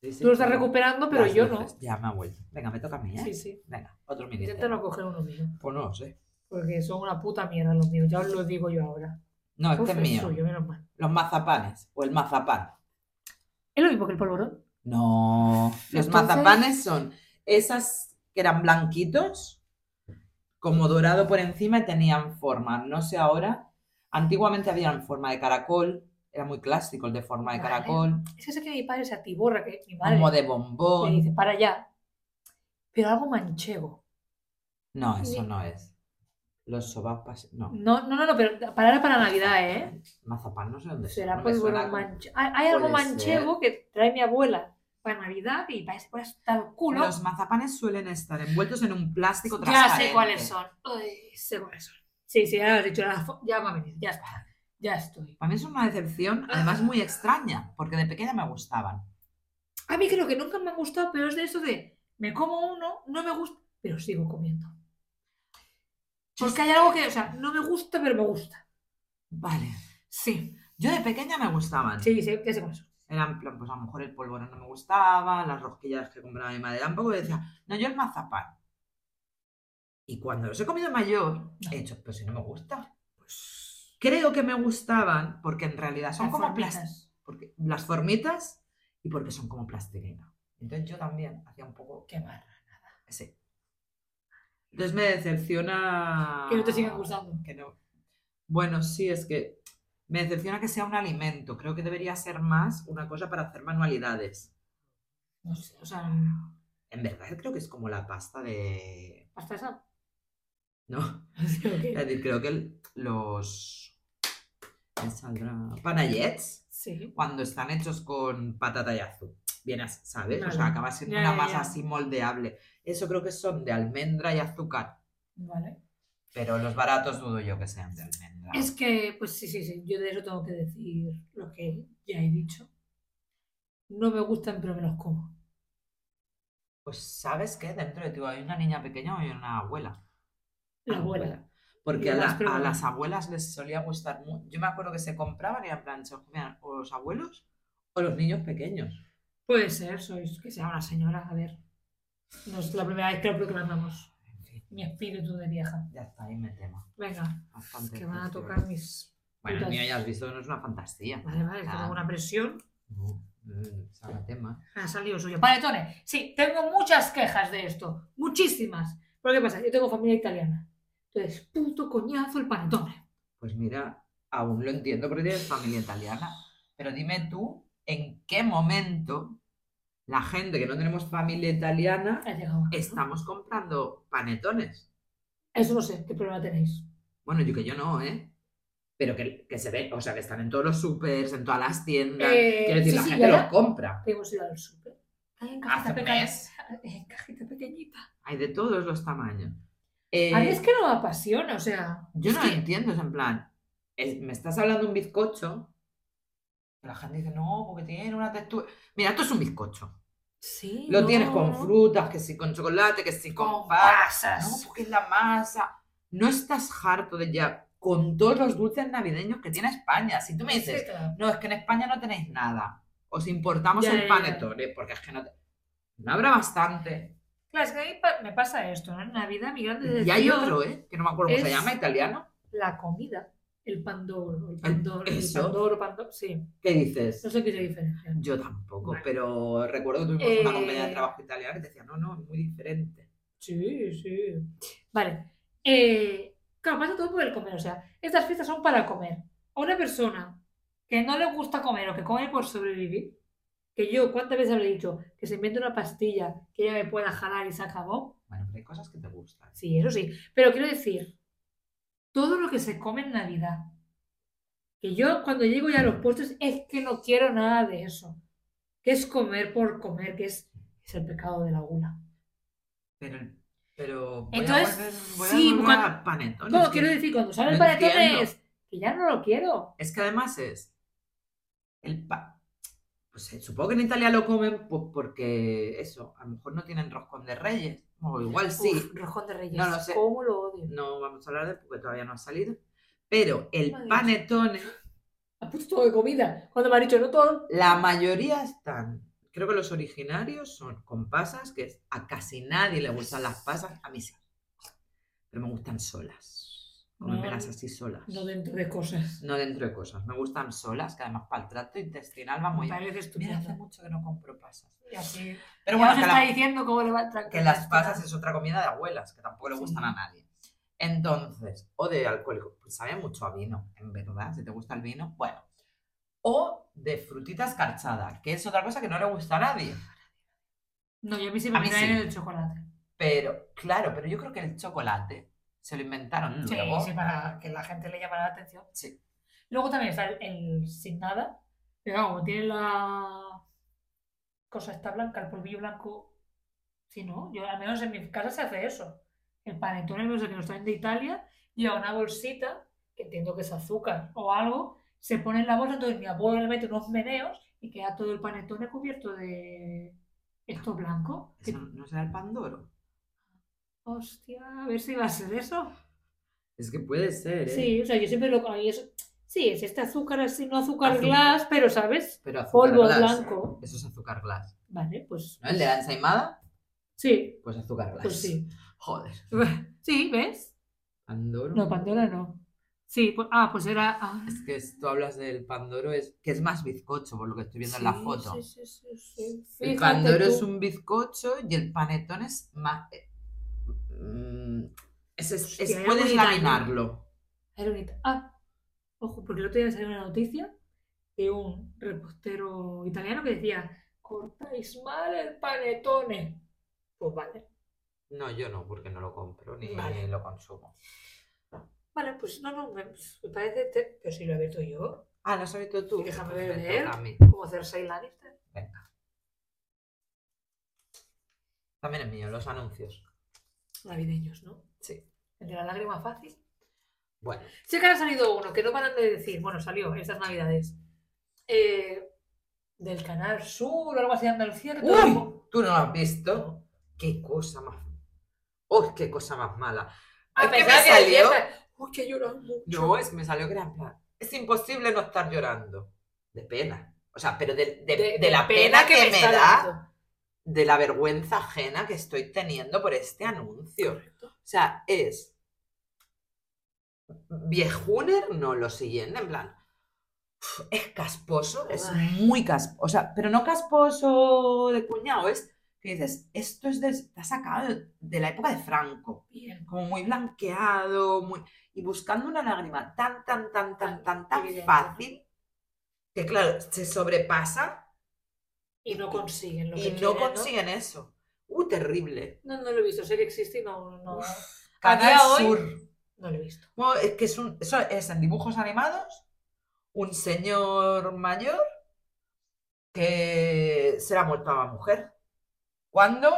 Speaker 2: Sí, sí,
Speaker 1: Tú lo estás
Speaker 2: claro.
Speaker 1: recuperando, pero
Speaker 2: Las
Speaker 1: yo
Speaker 2: luces.
Speaker 1: no.
Speaker 2: Ya me ha vuelto. Venga, me toca a mí, ¿eh?
Speaker 1: Sí, sí.
Speaker 2: Venga, otro minuto.
Speaker 1: Intenta no coger uno mío.
Speaker 2: Pues no lo sé.
Speaker 1: Porque son una puta mierda los míos. Ya os lo digo yo ahora.
Speaker 2: No, este
Speaker 1: Uf,
Speaker 2: es
Speaker 1: es
Speaker 2: mío.
Speaker 1: suyo, menos mal.
Speaker 2: Los mazapanes. O el mazapán.
Speaker 1: Es lo mismo que el polvorón.
Speaker 2: No, los
Speaker 1: Entonces-
Speaker 2: mazapanes son esas que eran blanquitos, como dorado por encima y tenían forma. No sé ahora. Antiguamente habían forma de caracol, era muy clásico el de forma de
Speaker 1: Vale.
Speaker 2: caracol,
Speaker 1: Es que sé que mi padre se atiborra, que mi madre
Speaker 2: como de
Speaker 1: me
Speaker 2: bombón.
Speaker 1: dice, para allá. Pero algo manchego.
Speaker 2: No, eso
Speaker 1: Ni-
Speaker 2: no es. Los sobapas, no.
Speaker 1: No, no, no, no, pero para ahora para Navidad, ¿eh?
Speaker 2: Mazapán, no sé dónde son,
Speaker 1: Será
Speaker 2: no me
Speaker 1: pues bueno,
Speaker 2: suena como-
Speaker 1: manche- Hay, hay algo
Speaker 2: Puede ser.
Speaker 1: manchego que trae mi abuela para Navidad y parece que hasta el culo.
Speaker 2: Los mazapanes suelen estar envueltos en un plástico
Speaker 1: Ya
Speaker 2: transparente.
Speaker 1: sé cuáles son. Ay, sé cuáles son. Sí, sí, ya lo has dicho, ya, ya me ha venido, ya está. Ya estoy.
Speaker 2: Para mí es una decepción, además muy extraña, porque de pequeña me gustaban.
Speaker 1: A mí creo que nunca me han gustado, pero es de eso de me como uno, no me gusta, pero sigo comiendo. Porque hay algo que, o sea, no me gusta, pero me gusta.
Speaker 2: Vale.
Speaker 1: Sí.
Speaker 2: Yo de pequeña me gustaban.
Speaker 1: Sí, sí, ya sé cuáles son.
Speaker 2: Eran, en plan, pues a lo mejor el polvorón no me gustaba, las rosquillas que compraba mi madre tampoco. y decía, no, yo el mazapán. Y cuando los he comido mayor, he hecho, pues si no me gusta. Pues Creo que me gustaban porque en realidad son
Speaker 1: Las
Speaker 2: como
Speaker 1: formitas.
Speaker 2: plas- porque las formitas y porque son como plastilina. Entonces yo también hacía un poco
Speaker 1: Qué mal.
Speaker 2: ese. Entonces me decepciona.
Speaker 1: Que no te sigan gustando.
Speaker 2: que no. Bueno, sí, es que me decepciona que sea un alimento. Creo que debería ser más una cosa para hacer manualidades.
Speaker 1: No sé, o sea,
Speaker 2: En verdad, creo que es como la pasta de.
Speaker 1: hasta esa. <laughs>
Speaker 2: No,
Speaker 1: Sí, ¿o
Speaker 2: es
Speaker 1: qué?
Speaker 2: decir, creo que el- los. ¿Qué saldrá? Panayets,
Speaker 1: Sí.
Speaker 2: cuando están hechos con patata y azúcar. vienes, ¿sabes? O
Speaker 1: Vale.
Speaker 2: sea, acaba siendo
Speaker 1: Ya,
Speaker 2: una
Speaker 1: ya,
Speaker 2: masa
Speaker 1: ya.
Speaker 2: así moldeable. Eso creo que son de almendra y azúcar,
Speaker 1: Vale.
Speaker 2: pero los baratos dudo yo que sean de almendra.
Speaker 1: Es que, pues sí, sí, sí, yo de eso tengo que decir lo que ya he dicho. No me gustan, pero me los como.
Speaker 2: Pues sabes que dentro de ti hay una niña pequeña o hay una abuela. Ah,
Speaker 1: La abuela. Lo
Speaker 2: Porque a, la-
Speaker 1: más
Speaker 2: a
Speaker 1: probable.
Speaker 2: las abuelas les solía gustar mucho. Yo me acuerdo que se compraban y eran planchas, o los abuelos o los niños pequeños.
Speaker 1: Puede ser, sois que sea una señora, a ver. No es la primera vez que lo proclamamos.
Speaker 2: En fin,
Speaker 1: Mi espíritu de vieja.
Speaker 2: ya está, ahí me tema.
Speaker 1: Venga,
Speaker 2: Bastante
Speaker 1: que van a
Speaker 2: triste.
Speaker 1: tocar mis.
Speaker 2: Bueno, el
Speaker 1: putas.
Speaker 2: mío ya has visto, no es una fantasía.
Speaker 1: Vale, vale, es que
Speaker 2: Ah.
Speaker 1: tengo una presión.
Speaker 2: No, mm, saca tema.
Speaker 1: Ha salido suyo. Paletones. Sí, tengo muchas quejas de esto. Muchísimas. Pero ¿qué pasa? Yo tengo familia italiana. Entonces, puto coñazo el panetone.
Speaker 2: Pues mira, aún lo entiendo porque tienes familia italiana. Pero dime tú, ¿en qué momento la gente que no tenemos familia italiana
Speaker 1: Ha llegado acá, ¿no?
Speaker 2: estamos comprando panetones?
Speaker 1: Eso no sé, qué problema tenéis.
Speaker 2: Bueno, yo que yo no, ¿eh? Pero que, que se ve, o sea, que están en todos los supers, en todas las tiendas.
Speaker 1: Eh,
Speaker 2: Quiero decir,
Speaker 1: sí,
Speaker 2: la
Speaker 1: sí,
Speaker 2: gente
Speaker 1: ya.
Speaker 2: los compra.
Speaker 1: Que Hemos ido al súper. Hay Ah, en
Speaker 2: Hace
Speaker 1: cajita
Speaker 2: un
Speaker 1: pequeña.
Speaker 2: mes
Speaker 1: <laughs> En cajita pequeñita.
Speaker 2: hay de todos los tamaños. Eh,
Speaker 1: A mí es que no me apasiona, o sea.
Speaker 2: Yo
Speaker 1: es
Speaker 2: no lo
Speaker 1: que-
Speaker 2: entiendo, es en plan, es- me estás hablando de un bizcocho. y La gente dice, no, porque tiene una textura. Mira, esto es un bizcocho.
Speaker 1: Sí.
Speaker 2: Lo
Speaker 1: no,
Speaker 2: tienes con
Speaker 1: no.
Speaker 2: frutas, que sí con chocolate, que sí con,
Speaker 1: Con
Speaker 2: pa-
Speaker 1: pasas.
Speaker 2: No, porque es la masa. No estás harto de ya con todos los dulces navideños que tiene España. Si tú me dices,
Speaker 1: Etcétera.
Speaker 2: no, es que en España no tenéis nada. Os importamos
Speaker 1: Ya,
Speaker 2: el
Speaker 1: ya, ya.
Speaker 2: panetone, porque es que no, te- no habrá bastante.
Speaker 1: Claro, es que a mí pa- me pasa esto, ¿no? En Navidad mi grande
Speaker 2: Y hay
Speaker 1: decepción,
Speaker 2: otro, ¿eh? Que no me acuerdo cómo se
Speaker 1: es-
Speaker 2: llama, italiano.
Speaker 1: La comida. El pandoro. El pandoro. El,
Speaker 2: eso.
Speaker 1: pandoro, pandoro. Sí.
Speaker 2: ¿Qué dices?
Speaker 1: No sé qué se diferencia.
Speaker 2: Yo tampoco,
Speaker 1: Vale.
Speaker 2: pero recuerdo que tuvimos una compañera de
Speaker 1: Eh,
Speaker 2: trabajo italiana que te decía, no, no, es muy diferente.
Speaker 1: Sí, sí. Vale. Eh, claro, pasa todo por el comer. O sea, estas fiestas son para comer. A una persona que no le gusta comer o que come por sobrevivir, que yo, ¿cuántas veces habré dicho que se invente una pastilla que ella me pueda jalar y se acabó?
Speaker 2: Bueno, pero hay cosas que te gustan.
Speaker 1: Sí, eso sí. Pero quiero decir, todo lo que se come en Navidad, que yo cuando llego ya a los puestos es que no quiero nada de eso. Que es comer por comer, que es, es el pecado de la gula.
Speaker 2: Pero, pero voy
Speaker 1: Entonces,
Speaker 2: a volver, voy
Speaker 1: sí,
Speaker 2: a volver
Speaker 1: cuando-
Speaker 2: a panetones.
Speaker 1: No,
Speaker 2: que-
Speaker 1: quiero decir, cuando sale el
Speaker 2: no
Speaker 1: paletón
Speaker 2: entiendo.
Speaker 1: es que ya no lo quiero.
Speaker 2: Es que además es el pa... Pues eh, supongo que en Italia lo comen pues porque eso, a lo mejor no tienen roscón de reyes, o igual sí.
Speaker 1: Uf, roscón de Reyes.
Speaker 2: No lo sé.
Speaker 1: ¿Cómo lo odio?
Speaker 2: no vamos a hablar de él porque todavía no ha salido, pero el
Speaker 1: Madre mía.
Speaker 2: panetone,
Speaker 1: Ha puesto todo de comida. Cuando me han dicho no todo.
Speaker 2: la mayoría están, creo que los originarios son con pasas, que es- a casi nadie le gustan las pasas, a mí sí, pero me gustan solas, comérmelas
Speaker 1: No,
Speaker 2: así solas,
Speaker 1: No dentro de cosas.
Speaker 2: no dentro de cosas, me gustan solas, que además para el trato intestinal va
Speaker 1: Me
Speaker 2: muy bien.
Speaker 1: parece
Speaker 2: Mira, hace
Speaker 1: estupendo.
Speaker 2: mucho que no compro pasas.
Speaker 1: Y así.
Speaker 2: Pero bueno,
Speaker 1: ya
Speaker 2: que,
Speaker 1: nos está
Speaker 2: la-
Speaker 1: diciendo cómo le va el tranque.
Speaker 2: que las pasas es otra comida de abuelas, que tampoco le gustan
Speaker 1: Sí.
Speaker 2: a nadie. Entonces, o de alcohólico, pues sabe mucho a vino, en verdad, si te gusta el vino, bueno. O de frutita escarchada, que es otra cosa que no le gusta a nadie.
Speaker 1: No, yo a mí sí
Speaker 2: A
Speaker 1: me
Speaker 2: mí
Speaker 1: traen
Speaker 2: sí.
Speaker 1: el chocolate.
Speaker 2: Pero, claro, pero yo creo que el chocolate se lo inventaron
Speaker 1: Sí,
Speaker 2: luego.
Speaker 1: Mm. sí, para que la gente le llamara la atención.
Speaker 2: Sí.
Speaker 1: Luego también está el, el sin nada. Que claro, como tiene la cosa esta blanca, el polvillo blanco. Si no, yo al menos en mi casa se hace eso. El panetone, no sé, que nos traen de Italia, lleva una bolsita, que entiendo que es azúcar o algo, se pone en la bolsa, entonces mi abuelo le mete unos meneos y queda todo el panetone cubierto de esto blanco. Que-
Speaker 2: ¿Eso no será el Pandoro?
Speaker 1: Hostia, a ver si va a ser eso.
Speaker 2: Es que puede ser, ¿eh?
Speaker 1: Sí, o sea, yo siempre lo. a mí eso- Sí, es este azúcar así, no azúcar
Speaker 2: Azúcar.
Speaker 1: glass, pero ¿sabes?
Speaker 2: Pero azúcar
Speaker 1: Polvo
Speaker 2: glass.
Speaker 1: blanco.
Speaker 2: Eso es azúcar glass.
Speaker 1: Vale, pues.
Speaker 2: ¿No? ¿El de la ensaimada?
Speaker 1: Sí,
Speaker 2: Pues azúcar glass.
Speaker 1: pues sí. <laughs>
Speaker 2: Joder.
Speaker 1: Sí, ¿ves?
Speaker 2: Pandoro.
Speaker 1: No, Pandora no. Sí, pues, ah, pues era. ah,
Speaker 2: Es que es- tú hablas del Pandoro, es, que es más bizcocho, por lo que estoy viendo en la
Speaker 1: sí,
Speaker 2: foto.
Speaker 1: Sí, sí, sí, sí.
Speaker 2: El
Speaker 1: Fíjate
Speaker 2: Pandoro
Speaker 1: tú.
Speaker 2: es un bizcocho y el panetón es más. eh, mm, es- es-
Speaker 1: Hostia,
Speaker 2: es-
Speaker 1: era
Speaker 2: puedes
Speaker 1: muy grande.
Speaker 2: laminarlo.
Speaker 1: Era un ita- Ah, ojo, porque el otro día me salió una noticia de un repostero italiano que decía: cortáis mal el panetone. Pues vale.
Speaker 2: No, yo no, porque no lo compro ni
Speaker 1: Vale.
Speaker 2: lo consumo.
Speaker 1: Vale, pues no, no, me, me parece. te- Pero si lo he abierto yo,
Speaker 2: Ah, lo has abierto tú.
Speaker 1: Déjame
Speaker 2: Pues me
Speaker 1: ver.
Speaker 2: toca a mí.
Speaker 1: como Cersei Lannister.
Speaker 2: Venga. También es mío, los anuncios.
Speaker 1: navideños, ¿no?
Speaker 2: Sí.
Speaker 1: El de la lágrima fácil.
Speaker 2: Bueno,
Speaker 1: Sé que ahora ha salido uno que no paran de decir, bueno, salió estas navidades. eh, del Canal Sur o algo así de Andalucía. que todo
Speaker 2: ¡Uy!
Speaker 1: el mundo-
Speaker 2: tú no lo has visto. Qué cosa más. ¡Uy, qué cosa más mala!
Speaker 1: A
Speaker 2: Es que me
Speaker 1: pesar que
Speaker 2: salió.
Speaker 1: decía, Uy, que lloran mucho.
Speaker 2: No, es que me salió que era en plan, Es imposible no estar llorando. De pena. O sea, pero de, de- de la pena, que, me,
Speaker 1: está
Speaker 2: da,
Speaker 1: dando.
Speaker 2: de la vergüenza ajena que estoy teniendo por este anuncio. O sea, es viejuner, no lo siguiente, en plan. uf, Es casposo, es
Speaker 1: Ay.
Speaker 2: muy casposo. O sea, pero no casposo de cuñado, es que dices, esto es de, está sacado de- de la época de Franco.
Speaker 1: Bien.
Speaker 2: Como muy blanqueado, muy. Y buscando una lágrima tan, tan, tan, tan, tan, tan
Speaker 1: Evidente, ¿no?
Speaker 2: fácil, que claro, se sobrepasa
Speaker 1: Y no consiguen lo
Speaker 2: y
Speaker 1: que
Speaker 2: no
Speaker 1: quieren,
Speaker 2: consiguen eso. Uh, terrible.
Speaker 1: ¿no? No, no lo he visto. Sé que existe y no, no, A día
Speaker 2: Canal
Speaker 1: hoy-
Speaker 2: Sur.
Speaker 1: no lo he visto.
Speaker 2: Bueno, es que es un, eso es en dibujos animados, un señor mayor que se le ha muerto a la mujer. ¿Cuándo?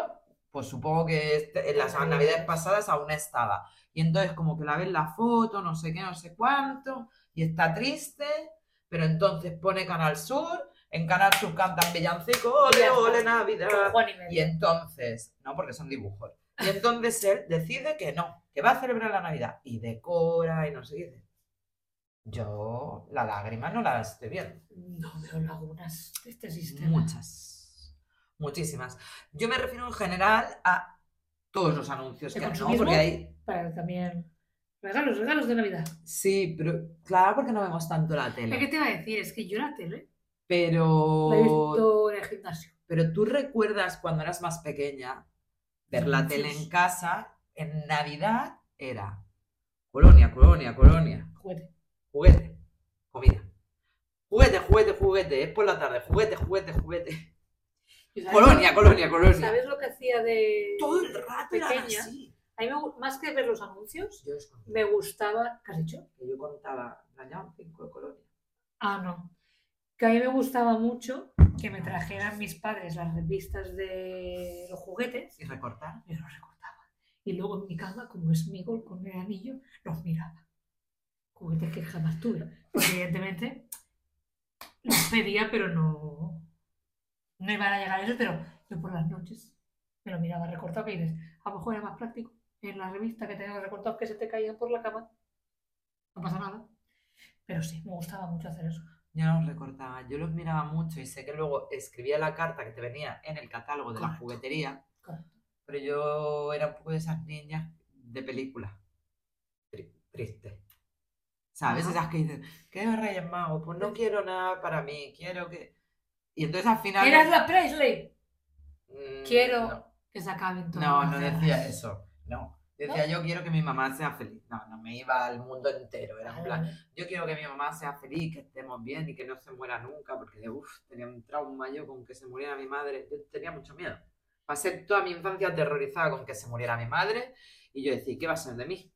Speaker 2: Pues supongo que este- en las
Speaker 1: Navidades.
Speaker 2: navidades pasadas aún estaba. Y entonces como que la ven la foto, no sé qué, no sé cuánto, y está triste, pero entonces pone Canal Sur, en Canal Sur cantan villancico, ole,
Speaker 1: Ya está.
Speaker 2: ole, Navidad.
Speaker 1: Juan y
Speaker 2: Ah, Y
Speaker 1: medio.
Speaker 2: entonces, no, porque son dibujos. Y entonces él decide que no, que va a celebrar la Navidad. Y decora y no sé qué. Dice, Yo la lágrima no la estoy viendo.
Speaker 1: No veo lagunas de este sistema.
Speaker 2: Muchas. Muchísimas. Yo me refiero en general a todos los anuncios
Speaker 1: ¿De
Speaker 2: que no,
Speaker 1: consumismo?
Speaker 2: porque hay.
Speaker 1: Para también. Regalos, regalos de Navidad.
Speaker 2: Sí, pero claro, porque no vemos tanto la
Speaker 1: ¿Qué
Speaker 2: tele.
Speaker 1: te iba a decir? Es que yo la tele la he
Speaker 2: Pero,
Speaker 1: visto en el gimnasio.
Speaker 2: pero tú recuerdas cuando eras más pequeña ver la tele en
Speaker 1: Anuncios.
Speaker 2: casa, en Navidad era colonia, colonia, colonia.
Speaker 1: Juguete.
Speaker 2: juguete, comida. Juguete, juguete, juguete, es por la tarde, juguete, juguete, juguete.
Speaker 1: ¿Y sabes-
Speaker 2: Colonia, colonia, colonia.
Speaker 1: ¿Sabes lo que hacía de.
Speaker 2: <laughs> Todo el rato eran
Speaker 1: Pequeña.
Speaker 2: así.
Speaker 1: A mí me gu- más que ver los anuncios,
Speaker 2: Yo les conté
Speaker 1: me gustaba. ¿Qué has dicho?
Speaker 2: que yo contaba, dañaban cinco de colonia.
Speaker 1: Ah, no. Que a mí me gustaba mucho que me trajeran mis padres las revistas de los juguetes.
Speaker 2: Y recortar.
Speaker 1: Yo los recortaba. Y luego en mi cama, como es mi gol con el anillo, los miraba. Juguetes que jamás tuve. Porque evidentemente los pedía, pero no. No iban a llegar a eso, pero yo por las noches me lo miraba recortado y dices, a lo mejor era más práctico en la revista que teníamos recortados que se te caían por la cama. No pasa nada. Pero sí, me gustaba mucho hacer eso.
Speaker 2: Yo no los recortaba, yo los miraba mucho y sé que luego escribía la carta que te venía en el catálogo de la
Speaker 1: Correcto.
Speaker 2: juguetería,
Speaker 1: Correcto.
Speaker 2: pero yo era un poco de esas niñas de película. Tri- triste. ¿Sabes?
Speaker 1: Ajá.
Speaker 2: Esas que dicen, ¿qué es Reyes Magos? Pues no quiero nada para mí, quiero que... Y entonces al final...
Speaker 1: Eras la Presley.
Speaker 2: Mm,
Speaker 1: Quiero-
Speaker 2: no.
Speaker 1: Que se acaben todas
Speaker 2: No,
Speaker 1: las
Speaker 2: no
Speaker 1: cenas.
Speaker 2: decía eso. No. Decía yo quiero que mi mamá sea feliz. No, no me iba al mundo entero. Era en plan, yo quiero que mi mamá sea feliz, que estemos bien y que no se muera nunca, porque de uff, tenía un trauma yo con que se muriera mi madre. Yo tenía mucho miedo. Pasé toda mi infancia aterrorizada con que se muriera mi madre y yo decía, ¿qué va a ser de mí?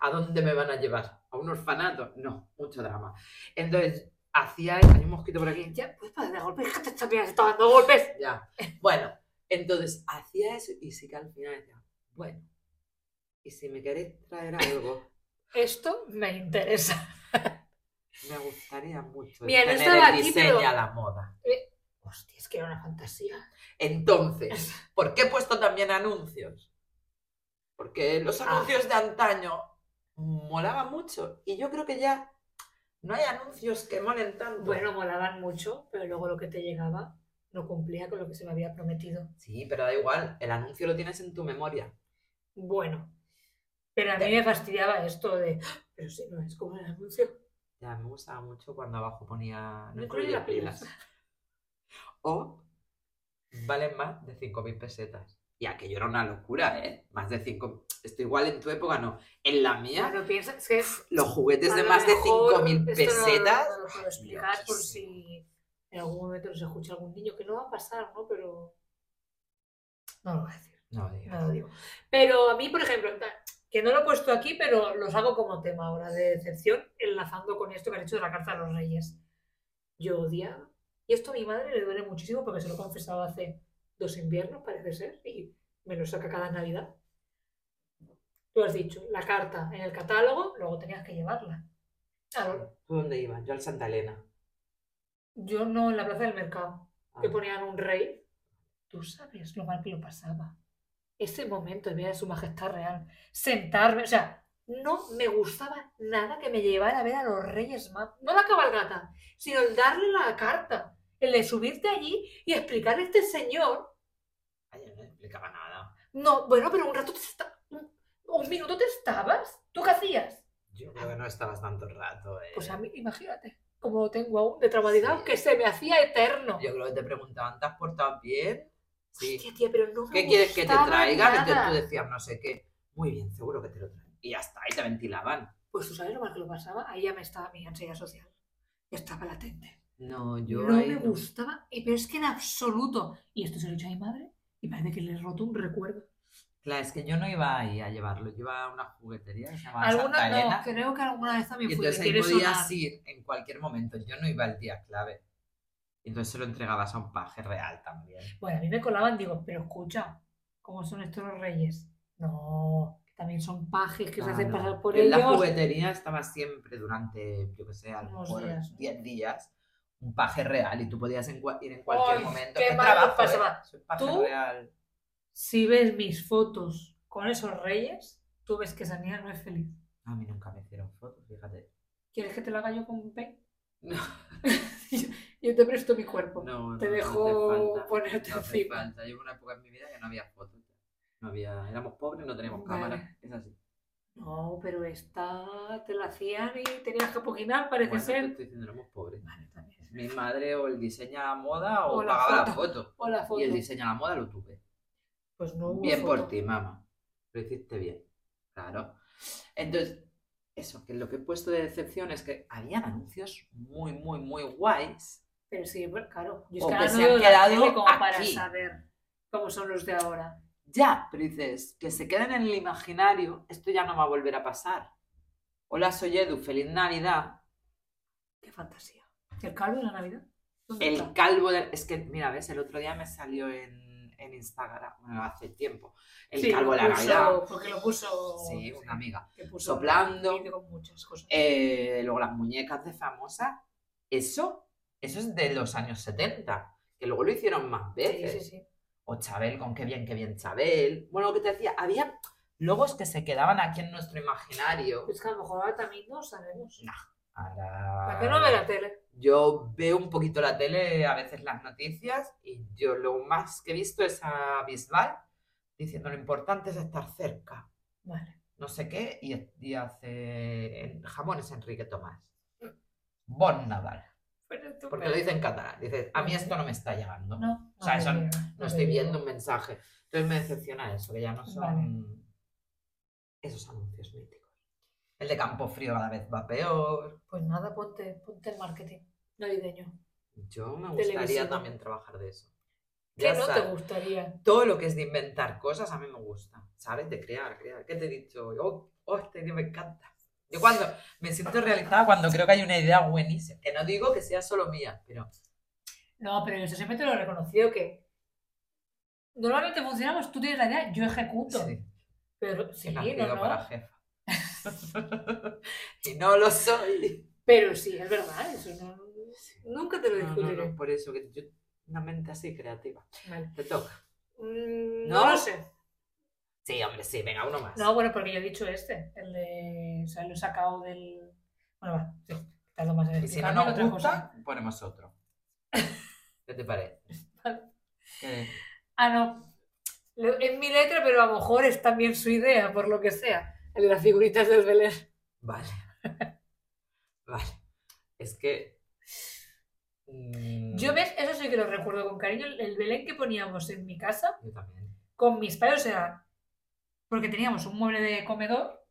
Speaker 2: ¿A dónde me van a llevar? ¿A un orfanato? No, mucho drama. Entonces, hacía. Hay un mosquito por aquí.
Speaker 1: Ya, puedes parar de golpes. <laughs> Déjate esta mierda, se está dando golpes.
Speaker 2: Ya. Bueno, entonces hacía eso y sí que al final decía, bueno, y si me queréis traer algo,
Speaker 1: Esto me interesa.
Speaker 2: me gustaría mucho
Speaker 1: Mira, no
Speaker 2: tener
Speaker 1: estaba
Speaker 2: el
Speaker 1: aquí,
Speaker 2: diseño
Speaker 1: pero-
Speaker 2: a la moda.
Speaker 1: Hostia, es que era una fantasía. <laughs>
Speaker 2: Entonces, ¿por qué he puesto también anuncios? Porque los
Speaker 1: Ah.
Speaker 2: anuncios de antaño molaban mucho y yo creo que ya no hay anuncios que molen tanto.
Speaker 1: Bueno, molaban mucho, pero luego lo que te llegaba no cumplía con lo que se me había prometido.
Speaker 2: Sí, pero da igual, el anuncio lo tienes en tu memoria.
Speaker 1: Bueno, pero a mí me fastidiaba esto de. "Ah, Pero si no es como el anuncio.
Speaker 2: Ya me gustaba mucho cuando abajo ponía
Speaker 1: No incluye la pila".
Speaker 2: O valen más de 5.000 pesetas. Y aquello era una locura, ¿eh? Más de 5. Esto igual en tu época no. En la mía,
Speaker 1: Claro, piensas es que.
Speaker 2: los juguetes
Speaker 1: a
Speaker 2: de
Speaker 1: lo
Speaker 2: más de
Speaker 1: mejor
Speaker 2: 5.000
Speaker 1: esto no-
Speaker 2: pesetas.
Speaker 1: No, lo puedo explicar
Speaker 2: Dios.
Speaker 1: por si en algún momento nos escucha algún niño, que no va a pasar, ¿no? Pero. No lo voy a decir.
Speaker 2: No,
Speaker 1: no
Speaker 2: digas.
Speaker 1: lo digo. Pero a mí, por ejemplo, que no lo he puesto aquí, pero los hago como tema ahora de decepción, enlazando con esto que han hecho de la Carta de los Reyes. Yo odiaba, y esto a mi madre le duele muchísimo porque se lo confesaba hace dos inviernos, parece ser, y me lo saca cada Navidad. Tú has dicho, la carta en el catálogo, luego tenías que llevarla. Claro,
Speaker 2: ¿Tú dónde ibas? Yo al Santa Elena.
Speaker 1: yo no en la plaza del mercado,
Speaker 2: Ah,
Speaker 1: que ponían un rey. Tú sabes lo mal que lo pasaba. Ese momento de ver a su majestad real, sentarme, o sea, no me gustaba nada que me llevara a ver a los reyes magos. No la cabalgata, sino el darle la carta, el de subirte allí y explicarle a este señor
Speaker 2: Ayer no explicaba nada.
Speaker 1: No, bueno, pero un rato te esta- un, un minuto te estabas. ¿Tú qué hacías?
Speaker 2: Yo creo que no estabas tanto rato. eh.
Speaker 1: Ah. Pues a mí, imagínate, como lo tengo aún de traumatizado,
Speaker 2: Sí.
Speaker 1: que se me hacía eterno.
Speaker 2: Yo creo que te preguntaban, ¿te has portado bien? Sí.
Speaker 1: Hostia, tía, pero no me
Speaker 2: ¿Qué quieres que te
Speaker 1: gustaba
Speaker 2: traigan? Entonces
Speaker 1: nada.
Speaker 2: tú decías, no sé qué. Muy bien, seguro que te lo traen. Y ya está, ahí te ventilaban.
Speaker 1: Pues tú sabes lo mal que lo pasaba. Ahí ya me estaba mi ansiedad social. Ya estaba latente.
Speaker 2: No, yo
Speaker 1: no
Speaker 2: ahí
Speaker 1: me gustaba, eh, pero es que en absoluto. Y esto se lo he hecho a mi madre y parece que le he roto un recuerdo.
Speaker 2: Claro, es que yo no iba ahí a llevarlo, yo iba a una juguetería que se llamaba Santa
Speaker 1: Alguna, no,
Speaker 2: Elena.
Speaker 1: creo que alguna vez
Speaker 2: y
Speaker 1: también fui.
Speaker 2: entonces
Speaker 1: me
Speaker 2: ahí
Speaker 1: quiere
Speaker 2: podías
Speaker 1: sonar.
Speaker 2: ir en cualquier momento. Yo no iba el día clave. Y entonces se lo entregabas a un paje real también.
Speaker 1: Bueno, a mí me colaban, digo, pero escucha, ¿cómo son estos los reyes? No, que también son pajes que se hacen
Speaker 2: Claro.
Speaker 1: pasar por
Speaker 2: Ah, en
Speaker 1: ellos.
Speaker 2: la juguetería estaba siempre durante, yo que sé, a lo
Speaker 1: Unos
Speaker 2: mejor
Speaker 1: días, ¿no?
Speaker 2: 10 días, un paje real y tú podías en cua- ir en cualquier
Speaker 1: Ay,
Speaker 2: momento.
Speaker 1: qué mal
Speaker 2: trabajo,
Speaker 1: lo pasaba.
Speaker 2: eh! Soy paje
Speaker 1: Tú,
Speaker 2: real.
Speaker 1: Si ves mis fotos con esos reyes, tú ves que esa niña no es feliz.
Speaker 2: A mí nunca me hicieron fotos, fíjate.
Speaker 1: ¿Quieres que te la haga yo con un pen?
Speaker 2: No.
Speaker 1: <laughs> yo, yo te presto mi cuerpo.
Speaker 2: No,
Speaker 1: Pues Te
Speaker 2: no, no
Speaker 1: dejo
Speaker 2: hace falta,
Speaker 1: ponerte
Speaker 2: no hace
Speaker 1: encima.
Speaker 2: falta. Yo hubo una época en mi vida que no había fotos. No había, éramos pobres, no teníamos
Speaker 1: Vale.
Speaker 2: cámara. Es así.
Speaker 1: No, pero esta te la hacían y tenías que apoquinar, parece
Speaker 2: Bueno, te
Speaker 1: ser.
Speaker 2: estoy diciendo, éramos pobres.
Speaker 1: Vale, también.
Speaker 2: Mi madre o el diseña moda o,
Speaker 1: O la
Speaker 2: pagaba la
Speaker 1: foto.
Speaker 2: foto.
Speaker 1: O la foto.
Speaker 2: Y el diseña la moda lo tuve.
Speaker 1: Pues no hubo
Speaker 2: Bien por
Speaker 1: foto.
Speaker 2: ti, mamá. Lo hiciste bien. Claro. Entonces, eso, que lo que he puesto de decepción es que habían anuncios muy, muy, muy guays.
Speaker 1: Pero sí, bueno, claro. Yo es
Speaker 2: O
Speaker 1: que
Speaker 2: que
Speaker 1: ahora
Speaker 2: se
Speaker 1: no veo
Speaker 2: han
Speaker 1: la
Speaker 2: quedado
Speaker 1: tele como para
Speaker 2: aquí.
Speaker 1: saber cómo son los de ahora.
Speaker 2: Ya, pero dices, que se queden en el imaginario, esto ya no va a volver a pasar. Hola, soy Edu, feliz Navidad.
Speaker 1: Qué fantasía. ¿El calvo de la Navidad? ¿Dónde
Speaker 2: El
Speaker 1: Pues está?
Speaker 2: calvo de... Es que, mira, ves, el otro día me salió en, en Instagram, bueno, hace tiempo, el
Speaker 1: Sí,
Speaker 2: calvo de
Speaker 1: lo
Speaker 2: la
Speaker 1: puso-
Speaker 2: Navidad.
Speaker 1: Porque lo puso.
Speaker 2: Sí, una amiga.
Speaker 1: que puso
Speaker 2: soplando.
Speaker 1: un vídeo con muchas cosas.
Speaker 2: Eh, luego las muñecas de famosa, eso, eso es de los años 70, que luego lo hicieron más
Speaker 1: sí,
Speaker 2: veces.
Speaker 1: sí, sí.
Speaker 2: O Chabel, con qué bien, qué bien Chabel. Bueno, lo que te decía, había logos que se quedaban aquí en nuestro imaginario.
Speaker 1: Es que a lo mejor ahora también no sabemos.
Speaker 2: Ahora-
Speaker 1: ¿Para qué no ve la tele?
Speaker 2: Yo veo un poquito la tele, a veces las noticias, y yo lo más que he visto es a Bisbal diciendo lo importante es estar cerca,
Speaker 1: Vale.
Speaker 2: no sé qué, y, y hace en- jamones Enrique Tomás.
Speaker 1: Mm.
Speaker 2: Bon Nadal, porque lo dice en catalán. Dice, a mí esto no me está llegando, no,
Speaker 1: No, no
Speaker 2: O sea,
Speaker 1: me
Speaker 2: eso no-
Speaker 1: llega, me
Speaker 2: estoy
Speaker 1: llega.
Speaker 2: viendo un mensaje. Entonces me decepciona eso, que ya no son esos anuncios míticos. El de Campo Frío cada vez va peor.
Speaker 1: Pues nada, ponte, ponte el marketing navideño.
Speaker 2: Yo me gustaría
Speaker 1: Televisivo.
Speaker 2: también trabajar de eso.
Speaker 1: ¿Qué
Speaker 2: Ya
Speaker 1: no
Speaker 2: sabes.
Speaker 1: te gustaría?
Speaker 2: todo lo que es de inventar cosas a mí me gusta, ¿sabes? De crear, crear. ¿Qué te he dicho? hoy? Oh, oh, este día me encanta. Yo cuando me siento realizada cuando creo que hay una idea buenísima, que no digo que sea solo mía, pero
Speaker 1: No, pero eso siempre te lo he reconocido que normalmente funcionamos, tú tienes la idea, yo ejecuto.
Speaker 2: sí,
Speaker 1: Pero sí,
Speaker 2: que
Speaker 1: no,
Speaker 2: la pido
Speaker 1: no.
Speaker 2: para <laughs> jefa. y no lo soy.
Speaker 1: Pero sí, es verdad, eso no, nunca te lo
Speaker 2: No, no,
Speaker 1: discutiré.
Speaker 2: no, por eso que yo una mente así creativa.
Speaker 1: Vale.
Speaker 2: Te toca.
Speaker 1: Mm,
Speaker 2: ¿No?
Speaker 1: no lo sé.
Speaker 2: Sí, hombre, sí, venga, uno más.
Speaker 1: No, bueno, porque yo he dicho este, el de. O sea, lo he sacado del. Bueno, va, sí, tardo más en
Speaker 2: y si no
Speaker 1: explicarlo en
Speaker 2: nos
Speaker 1: otra cosa.
Speaker 2: gusta,
Speaker 1: <laughs>
Speaker 2: ponemos otro. ¿Qué te parece?
Speaker 1: Vale.
Speaker 2: ¿Qué?
Speaker 1: Ah, no. Lo- Es mi letra, pero a lo mejor es también su idea, por lo que sea. El de las figuritas del Belén.
Speaker 2: Vale. <laughs> Vale. Es que. mm,
Speaker 1: Yo ves, eso sí que lo recuerdo con cariño, el- el Belén que poníamos en mi casa.
Speaker 2: Yo también.
Speaker 1: con mis padres, o sea, porque teníamos un mueble de comedor.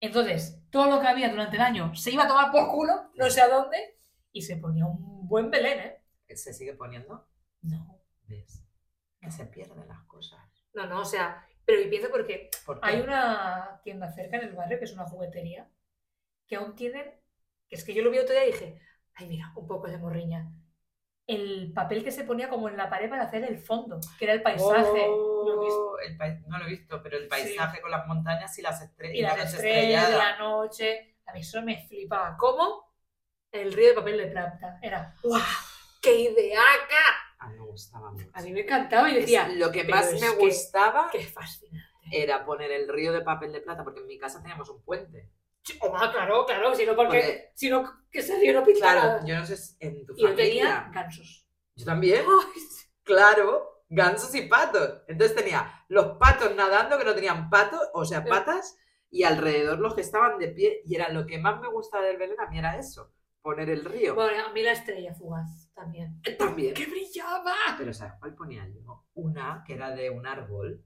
Speaker 1: Entonces, todo lo que había durante el año se iba a tomar por culo, no sé a dónde, y se ponía un buen Belén, ¿eh?
Speaker 2: ¿Se sigue poniendo?
Speaker 1: No,
Speaker 2: ¿Ves? Que se pierden las cosas.
Speaker 1: no, no, o sea, pero y pienso porque
Speaker 2: ¿Por qué?
Speaker 1: hay una tienda cerca en el barrio que es una juguetería, que aún tienen, que es que yo lo vi otro día y dije, ay, mira, un poco de morriña. El papel que se ponía como en la pared para hacer el fondo, que era el paisaje,
Speaker 2: Oh,
Speaker 1: lo he visto.
Speaker 2: el pais- no lo he visto, pero el
Speaker 1: Sí.
Speaker 2: paisaje con las montañas y las estrellas.
Speaker 1: Y las estrellas, la noche. A mí eso me flipaba. ¿Cómo? El río de papel de plata. Era, ¡guau! ¡Qué ideaca!
Speaker 2: A mí me gustaba mucho.
Speaker 1: A mí me encantaba y decía,
Speaker 2: lo que
Speaker 1: pero
Speaker 2: más
Speaker 1: es
Speaker 2: me
Speaker 1: que-
Speaker 2: gustaba
Speaker 1: ¡qué fascinante!
Speaker 2: era poner el río de papel de plata, porque en mi casa teníamos un puente.
Speaker 1: Sí, oh, ah, claro, claro, si no porque,
Speaker 2: Porque-
Speaker 1: si no que ese río no pintaba.
Speaker 2: Claro,
Speaker 1: nada.
Speaker 2: yo no sé, si en tu
Speaker 1: y yo
Speaker 2: familia.
Speaker 1: tenía gansos.
Speaker 2: Yo también.
Speaker 1: Ay, sí.
Speaker 2: Claro, gansos y patos. Entonces tenía los patos nadando que no tenían patos, o sea,
Speaker 1: Sí.
Speaker 2: patas, y alrededor los que estaban de pie. Y era lo que más me gustaba del Belén, a mí era eso, poner el río.
Speaker 1: <laughs> Bueno, a mí la estrella fugaz también.
Speaker 2: Eh, También.
Speaker 1: ¡Que brillaba!
Speaker 2: Pero ¿sabes cuál ponía yo? Una que era de un árbol,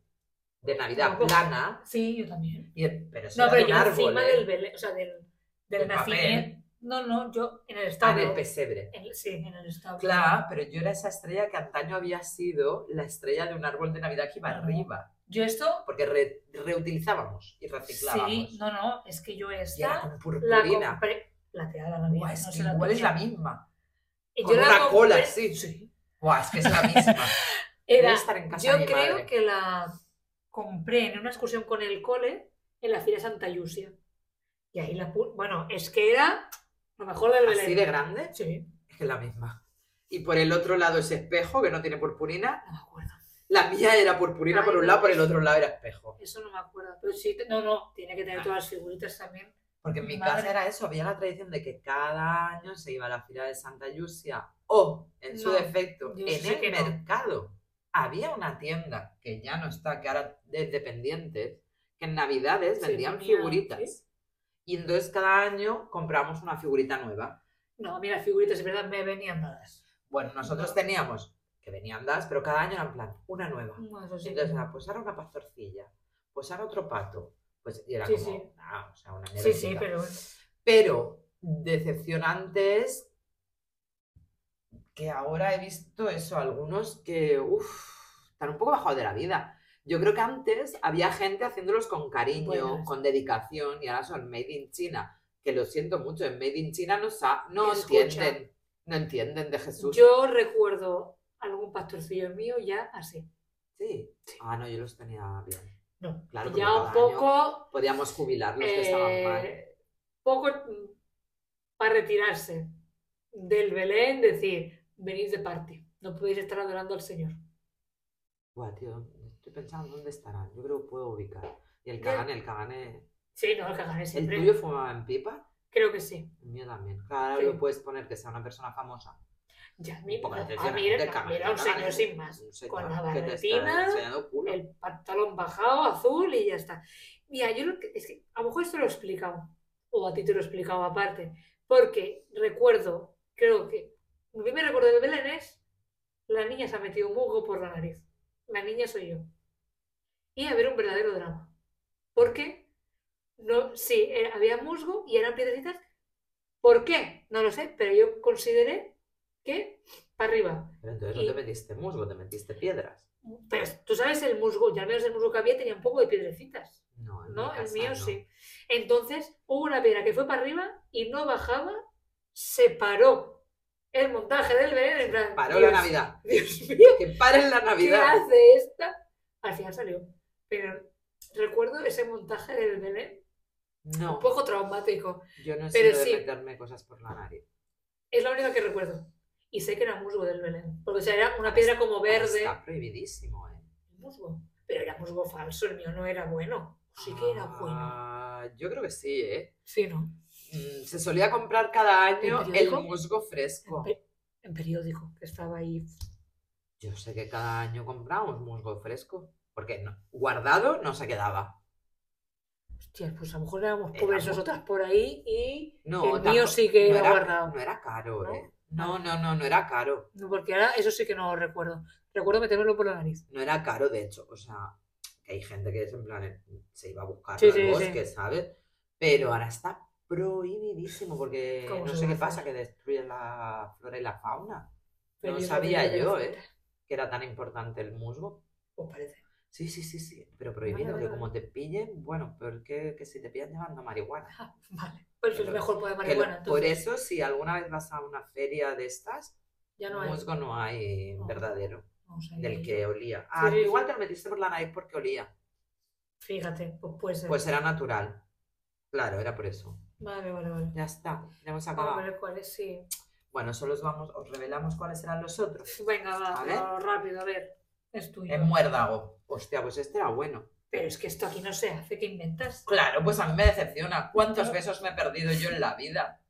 Speaker 2: de Navidad
Speaker 1: Tampoco.
Speaker 2: plana,
Speaker 1: Sí, yo también.
Speaker 2: y- pero eso
Speaker 1: No,
Speaker 2: era
Speaker 1: pero
Speaker 2: de
Speaker 1: yo
Speaker 2: un árbol,
Speaker 1: encima
Speaker 2: ¿eh?
Speaker 1: del Belén, o sea, del, del
Speaker 2: Del papel.
Speaker 1: nacimiento. No, no, yo en el
Speaker 2: Ah,
Speaker 1: establo.
Speaker 2: en el pesebre.
Speaker 1: En- sí, en el establo.
Speaker 2: Claro, pero yo era esa estrella que antaño había sido la estrella de un árbol de Navidad que iba
Speaker 1: Ajá.
Speaker 2: arriba,
Speaker 1: Yo esto,
Speaker 2: porque re- reutilizábamos y reciclábamos.
Speaker 1: sí, no, no, es que yo
Speaker 2: Y era
Speaker 1: esta
Speaker 2: con
Speaker 1: la
Speaker 2: purpurina.
Speaker 1: compré plateada la mía.
Speaker 2: Buah, es
Speaker 1: no
Speaker 2: que
Speaker 1: sé la
Speaker 2: igual es
Speaker 1: tuya.
Speaker 2: la misma.
Speaker 1: Y
Speaker 2: con
Speaker 1: yo la
Speaker 2: una
Speaker 1: compré-
Speaker 2: cola, sí.
Speaker 1: sí.
Speaker 2: Buah, es que es la
Speaker 1: <laughs>
Speaker 2: misma. Debe
Speaker 1: Era
Speaker 2: estar en casa
Speaker 1: Yo
Speaker 2: de mi
Speaker 1: creo
Speaker 2: madre.
Speaker 1: que la compré en una excursión con el cole en la Fira Santa Yusia. Y ahí la pu- Bueno, es que era lo mejor del Belén.
Speaker 2: Así de grande,
Speaker 1: Sí,
Speaker 2: es que es la misma. Y por el otro lado ese espejo que no tiene purpurina.
Speaker 1: no me acuerdo.
Speaker 2: La mía era purpurina
Speaker 1: Ay,
Speaker 2: por un
Speaker 1: no,
Speaker 2: lado, por
Speaker 1: pues-
Speaker 2: el otro lado era espejo.
Speaker 1: Eso no me acuerdo. Pero sí, te- no, no, tiene que tener todas las figuritas también.
Speaker 2: Porque en mi
Speaker 1: Madre.
Speaker 2: casa era eso, había la tradición de que cada año se iba a la fila de Santa Lucia o, en su
Speaker 1: No,
Speaker 2: defecto,
Speaker 1: yo
Speaker 2: en
Speaker 1: sé
Speaker 2: el
Speaker 1: que no.
Speaker 2: mercado. Había una tienda que ya no está, que ahora es dependiente, que en Navidades
Speaker 1: Sí,
Speaker 2: vendían
Speaker 1: ponía,
Speaker 2: figuritas.
Speaker 1: sí.
Speaker 2: Y entonces cada año compramos una figurita nueva.
Speaker 1: No, mira, figuritas, es verdad, me venían dadas.
Speaker 2: Bueno, nosotros teníamos que venían das, pero cada año eran en plan una nueva.
Speaker 1: No, eso sí.
Speaker 2: Entonces era, pues ahora una pastorcilla, pues ahora otro pato. Pues y era
Speaker 1: Sí,
Speaker 2: como,
Speaker 1: sí.
Speaker 2: ah, o sea, una
Speaker 1: Sí, sí,
Speaker 2: mierdecita.
Speaker 1: pero bueno.
Speaker 2: Pero decepcionante es que ahora he visto eso, algunos que, uff, están un poco bajados de la vida. Yo creo que antes había gente haciéndolos con cariño,
Speaker 1: Buenas.
Speaker 2: con dedicación, y ahora son made in China. Que lo siento mucho, en made in China no, sa- no
Speaker 1: Escucha.
Speaker 2: entienden, no entienden de Jesús.
Speaker 1: Yo recuerdo algún pastorcillo mío ya así.
Speaker 2: Sí. Ah, no, yo los tenía bien.
Speaker 1: No,
Speaker 2: Claro,
Speaker 1: ya
Speaker 2: como
Speaker 1: un
Speaker 2: cada año.
Speaker 1: poco
Speaker 2: Podíamos jubilar los que estaban mal.
Speaker 1: eh, poco mm, para retirarse del Belén, decir, venid de parte, no podéis estar adorando al Señor.
Speaker 2: Buah, tío, estoy pensando dónde estarán. Yo creo que puedo ubicar. Y el
Speaker 1: Ya.
Speaker 2: cagane, el cagane.
Speaker 1: Sí, no, el cagaré
Speaker 2: ¿El
Speaker 1: siempre.
Speaker 2: tuyo fumaba en pipa?
Speaker 1: Creo que sí.
Speaker 2: El mío también. Claro,
Speaker 1: Sí.
Speaker 2: lo puedes poner que sea una persona famosa.
Speaker 1: Ya, a mí,
Speaker 2: Un poco de
Speaker 1: a
Speaker 2: atención
Speaker 1: mí era-
Speaker 2: del
Speaker 1: no,
Speaker 2: Cagane,
Speaker 1: era un
Speaker 2: del
Speaker 1: señor
Speaker 2: Cagane.
Speaker 1: sin más.
Speaker 2: Un señor
Speaker 1: Con la
Speaker 2: que te está
Speaker 1: barretina,
Speaker 2: enseñando culo.
Speaker 1: El pantalón bajado, azul y ya está. Mira, yo lo que- es que a lo mejor esto lo he explicado, o a ti te lo he explicado aparte, porque recuerdo, creo que mi primer recuerdo de Belén es la niña se ha metido un musgo por la nariz. La niña soy yo. Y haber un verdadero drama. ¿Por qué? No, sí, eh, había musgo y eran piedrecitas. ¿Por qué? No lo sé, pero yo consideré que para arriba,
Speaker 2: Pero entonces
Speaker 1: y-
Speaker 2: no te metiste musgo, te metiste piedras.
Speaker 1: pero tú sabes el musgo, y al menos el musgo que había tenía un poco de piedrecitas,
Speaker 2: No, en mi
Speaker 1: ¿no? El
Speaker 2: casa
Speaker 1: mío
Speaker 2: no.
Speaker 1: sí. Entonces hubo una piedra que fue para arriba y no bajaba, se paró el montaje del Belén en plan.
Speaker 2: Paró
Speaker 1: Dios,
Speaker 2: la Navidad.
Speaker 1: <laughs> Dios mío,
Speaker 2: Que paren
Speaker 1: <laughs>
Speaker 2: la
Speaker 1: ¿qué
Speaker 2: Navidad.
Speaker 1: hace esta? Al final salió. Pero recuerdo ese montaje del Belén, un
Speaker 2: No,
Speaker 1: poco traumático.
Speaker 2: yo no
Speaker 1: Pero
Speaker 2: sé de
Speaker 1: sí.
Speaker 2: meterme cosas por la nariz.
Speaker 1: Es la única que recuerdo. Y sé que era musgo del Belén, porque o sea, era una piedra como verde.
Speaker 2: Está prohibidísimo, ¿eh?
Speaker 1: Musgo. Pero era musgo falso, el mío no era bueno. Sí que era bueno.
Speaker 2: Ah, Yo creo que sí, ¿eh?
Speaker 1: Sí, ¿no?
Speaker 2: Mm, Se solía comprar cada año
Speaker 1: ¿El
Speaker 2: el
Speaker 1: periódico?
Speaker 2: musgo fresco.
Speaker 1: Pe- En periódico, que estaba ahí.
Speaker 2: Yo sé que cada año comprábamos musgo fresco, porque no- guardado no se quedaba.
Speaker 1: Hostia, pues a lo mejor éramos
Speaker 2: Era
Speaker 1: pobres
Speaker 2: mu-
Speaker 1: nosotras por ahí y
Speaker 2: No,
Speaker 1: el mío
Speaker 2: tampoco-
Speaker 1: sí que
Speaker 2: no
Speaker 1: era, guardado.
Speaker 2: No era caro,
Speaker 1: ¿No? Ah.
Speaker 2: ¿eh? No, no, no, no era caro.
Speaker 1: No, porque ahora eso sí que no lo recuerdo. Recuerdo metérmelo por la nariz.
Speaker 2: No era caro, de hecho. O sea, que hay gente que es en plan, eh, se iba a buscar
Speaker 1: Sí,
Speaker 2: al
Speaker 1: sí, sí.
Speaker 2: bosque, ¿sabes? Pero ahora está prohibidísimo, porque
Speaker 1: ¿Cómo
Speaker 2: no
Speaker 1: se
Speaker 2: sé
Speaker 1: va
Speaker 2: qué
Speaker 1: a hacer?
Speaker 2: pasa, que destruye la flora y la fauna. No
Speaker 1: Pero
Speaker 2: lo
Speaker 1: yo
Speaker 2: sabía
Speaker 1: creo que
Speaker 2: yo,
Speaker 1: era-
Speaker 2: ¿eh? Que era tan importante el musgo.
Speaker 1: Pues parece.
Speaker 2: Sí, sí, sí, sí, pero prohibido,
Speaker 1: vale,
Speaker 2: que
Speaker 1: vale.
Speaker 2: como te pillen, bueno, pero que, que si te pillan llevando marihuana.
Speaker 1: Ah, vale. Pues es
Speaker 2: Pero-
Speaker 1: mejor poner
Speaker 2: Que lo-
Speaker 1: marihuana.
Speaker 2: por
Speaker 1: entonces.
Speaker 2: eso, si alguna vez vas a una feria de estas,
Speaker 1: Ya no hay.
Speaker 2: musgo no hay eh,
Speaker 1: No.
Speaker 2: verdadero.
Speaker 1: Vamos a ir.
Speaker 2: del que olía.
Speaker 1: Sí,
Speaker 2: Ah, tú
Speaker 1: sí.
Speaker 2: igual te lo metiste por la nariz porque olía.
Speaker 1: Fíjate, pues puede ser.
Speaker 2: Pues era natural. Claro, era por eso.
Speaker 1: Vale, vale, vale.
Speaker 2: Ya está, ya hemos
Speaker 1: Vamos a
Speaker 2: acabado.
Speaker 1: ver cuál es, sí.
Speaker 2: Bueno, solo os vamos, os revelamos cuáles eran los otros.
Speaker 1: Venga, va,
Speaker 2: A ver.
Speaker 1: va, rápido, a ver. Es tuyo.
Speaker 2: En muérdago. Hostia, pues este era bueno.
Speaker 1: Pero es que esto aquí no se hace, ¿qué inventas?
Speaker 2: Claro, pues a mí me decepciona. ¿Cuántos besos me he perdido yo en la vida?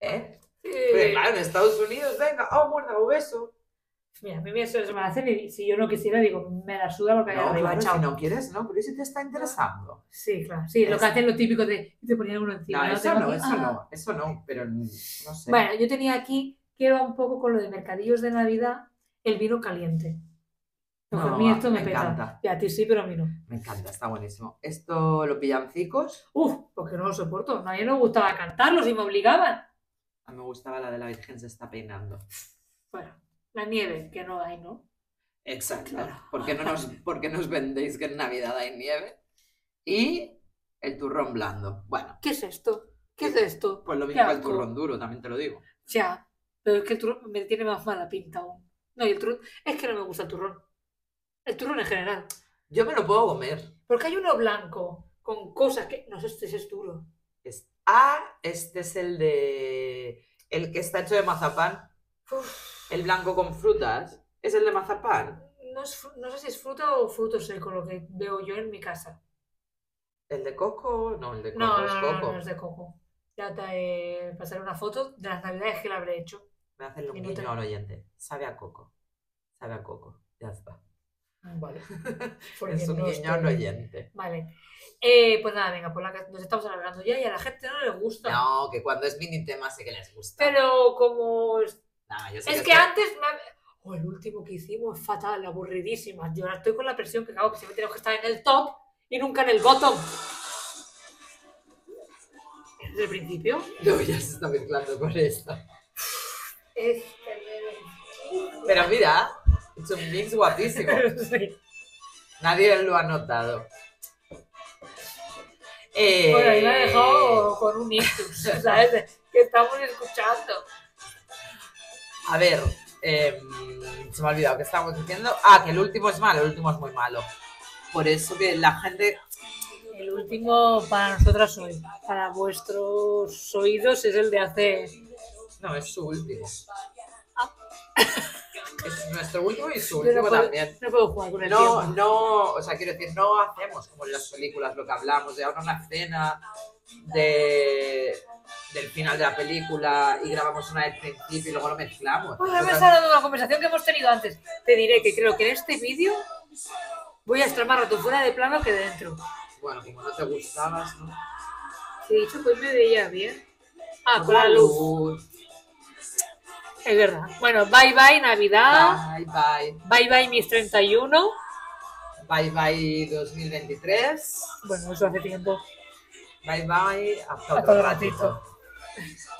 Speaker 2: ¿Eh? Pero claro, en Estados Unidos, venga, oh, muérdago, beso.
Speaker 1: Mira, a mí eso se me hace y si yo no quisiera, digo, me la suda lo que hay
Speaker 2: No,
Speaker 1: arriba,
Speaker 2: claro,
Speaker 1: chao.
Speaker 2: si no quieres, no, pero si te está interesando.
Speaker 1: Sí, claro. Sí, lo
Speaker 2: Es-
Speaker 1: que hacen lo típico de te ponían uno encima.
Speaker 2: No, eso
Speaker 1: Tengo
Speaker 2: no,
Speaker 1: aquí-
Speaker 2: eso
Speaker 1: Ah.
Speaker 2: no, eso no, pero no sé.
Speaker 1: Bueno, yo tenía aquí, que va un poco con lo de mercadillos de Navidad, el vino caliente. No,
Speaker 2: No,
Speaker 1: pues a mí esto
Speaker 2: me
Speaker 1: me, peta.
Speaker 2: encanta.
Speaker 1: Y a ti sí, pero a mí no.
Speaker 2: Me encanta, está buenísimo. Esto, los villancicos,
Speaker 1: Uf, porque no lo soporto. A mí no me gustaba cantarlos y me obligaban.
Speaker 2: a mí Ah, me gustaba la de la Virgen se está peinando.
Speaker 1: Bueno, la nieve, que no hay, ¿no?
Speaker 2: Exacto.
Speaker 1: Claro.
Speaker 2: ¿Por, qué no nos, por qué nos vendéis que en Navidad hay nieve? Y el turrón blando. Bueno,
Speaker 1: ¿Qué es esto? ¿Qué es esto?
Speaker 2: pues lo
Speaker 1: Qué
Speaker 2: mismo que el
Speaker 1: asco.
Speaker 2: turrón duro, también te lo digo.
Speaker 1: Ya, pero es que el turrón me tiene más mala pinta aún. No, y el turrón, es que no me gusta el turrón. El turrón en general.
Speaker 2: Yo me lo puedo comer.
Speaker 1: Porque hay uno blanco con cosas que. No sé, este sí es duro.
Speaker 2: Es, ah, este es el de. El que está hecho de mazapán. El blanco con frutas. Es el de mazapán.
Speaker 1: No, es fru- no sé si es fruta o fruto seco lo que veo yo en mi casa.
Speaker 2: ¿El de coco? No, el de coco
Speaker 1: No,
Speaker 2: es
Speaker 1: no, no, no,
Speaker 2: coco.
Speaker 1: no es de coco. Ya te eh, pasaré una foto de las navidades que la habré hecho.
Speaker 2: Me hacen un
Speaker 1: Y no te-
Speaker 2: guiño al oyente. Sabe a coco. Sabe a coco. Ya está. <laughs> Mm,
Speaker 1: Vale. <laughs> Porque
Speaker 2: Es un
Speaker 1: no
Speaker 2: guiño al
Speaker 1: estoy-
Speaker 2: oyente.
Speaker 1: Vale. Eh, pues nada, venga, por la que nos estamos alargando ya y a la gente no le gusta.
Speaker 2: No, que cuando es mini tema sé que les gusta.
Speaker 1: Pero como es
Speaker 2: No, yo sé
Speaker 1: es
Speaker 2: que
Speaker 1: que
Speaker 2: esto-
Speaker 1: antes me ha- Oh, el último que hicimos es fatal, aburridísima. Yo ahora estoy con la presión que cago, que siempre tenemos que estar en el top y nunca en el bottom. Desde el principio.
Speaker 2: No, <laughs> ya se está mezclando con esto.
Speaker 1: Es
Speaker 2: <laughs> Pero mira, es un
Speaker 1: <laughs>
Speaker 2: mix guapísimo.
Speaker 1: Sí.
Speaker 2: Nadie lo ha notado. Eh,
Speaker 1: Bueno, ahí me ha dejado con un ictus, <laughs> ¿sabes? De- Que estamos escuchando.
Speaker 2: A ver, em, se me ha olvidado que estábamos diciendo. Ah, que el último es malo, el último es muy malo. Por eso que la gente.
Speaker 1: El último para nosotras hoy, para vuestros oídos, es el de hace.
Speaker 2: No, es su último. Es nuestro último y su
Speaker 1: Ah. Yo no
Speaker 2: último
Speaker 1: puedo-
Speaker 2: también.
Speaker 1: No puedo jugar con el
Speaker 2: No,
Speaker 1: tiempo.
Speaker 2: no, o sea, quiero decir, no hacemos como en las películas lo que hablamos de ahora una escena de, del final de la película y grabamos una del principio y luego lo mezclamos.
Speaker 1: Voy a
Speaker 2: Nosotras-
Speaker 1: pensar en una conversación que hemos tenido antes. Te diré que creo que en este vídeo voy a estar más rato fuera de plano que dentro.
Speaker 2: bueno, como no te gustabas, ¿no?
Speaker 1: Te he dicho que hoy me veía bien. Ah,
Speaker 2: Por
Speaker 1: con la luz.
Speaker 2: luz.
Speaker 1: Es verdad. Bueno, bye bye Navidad.
Speaker 2: Bye, bye.
Speaker 1: Bye bye mis 31.
Speaker 2: Bye, bye 2023.
Speaker 1: Bueno, eso hace tiempo.
Speaker 2: Bye, bye. Hasta,
Speaker 1: Hasta
Speaker 2: otro
Speaker 1: otro
Speaker 2: ratito.
Speaker 1: ratito.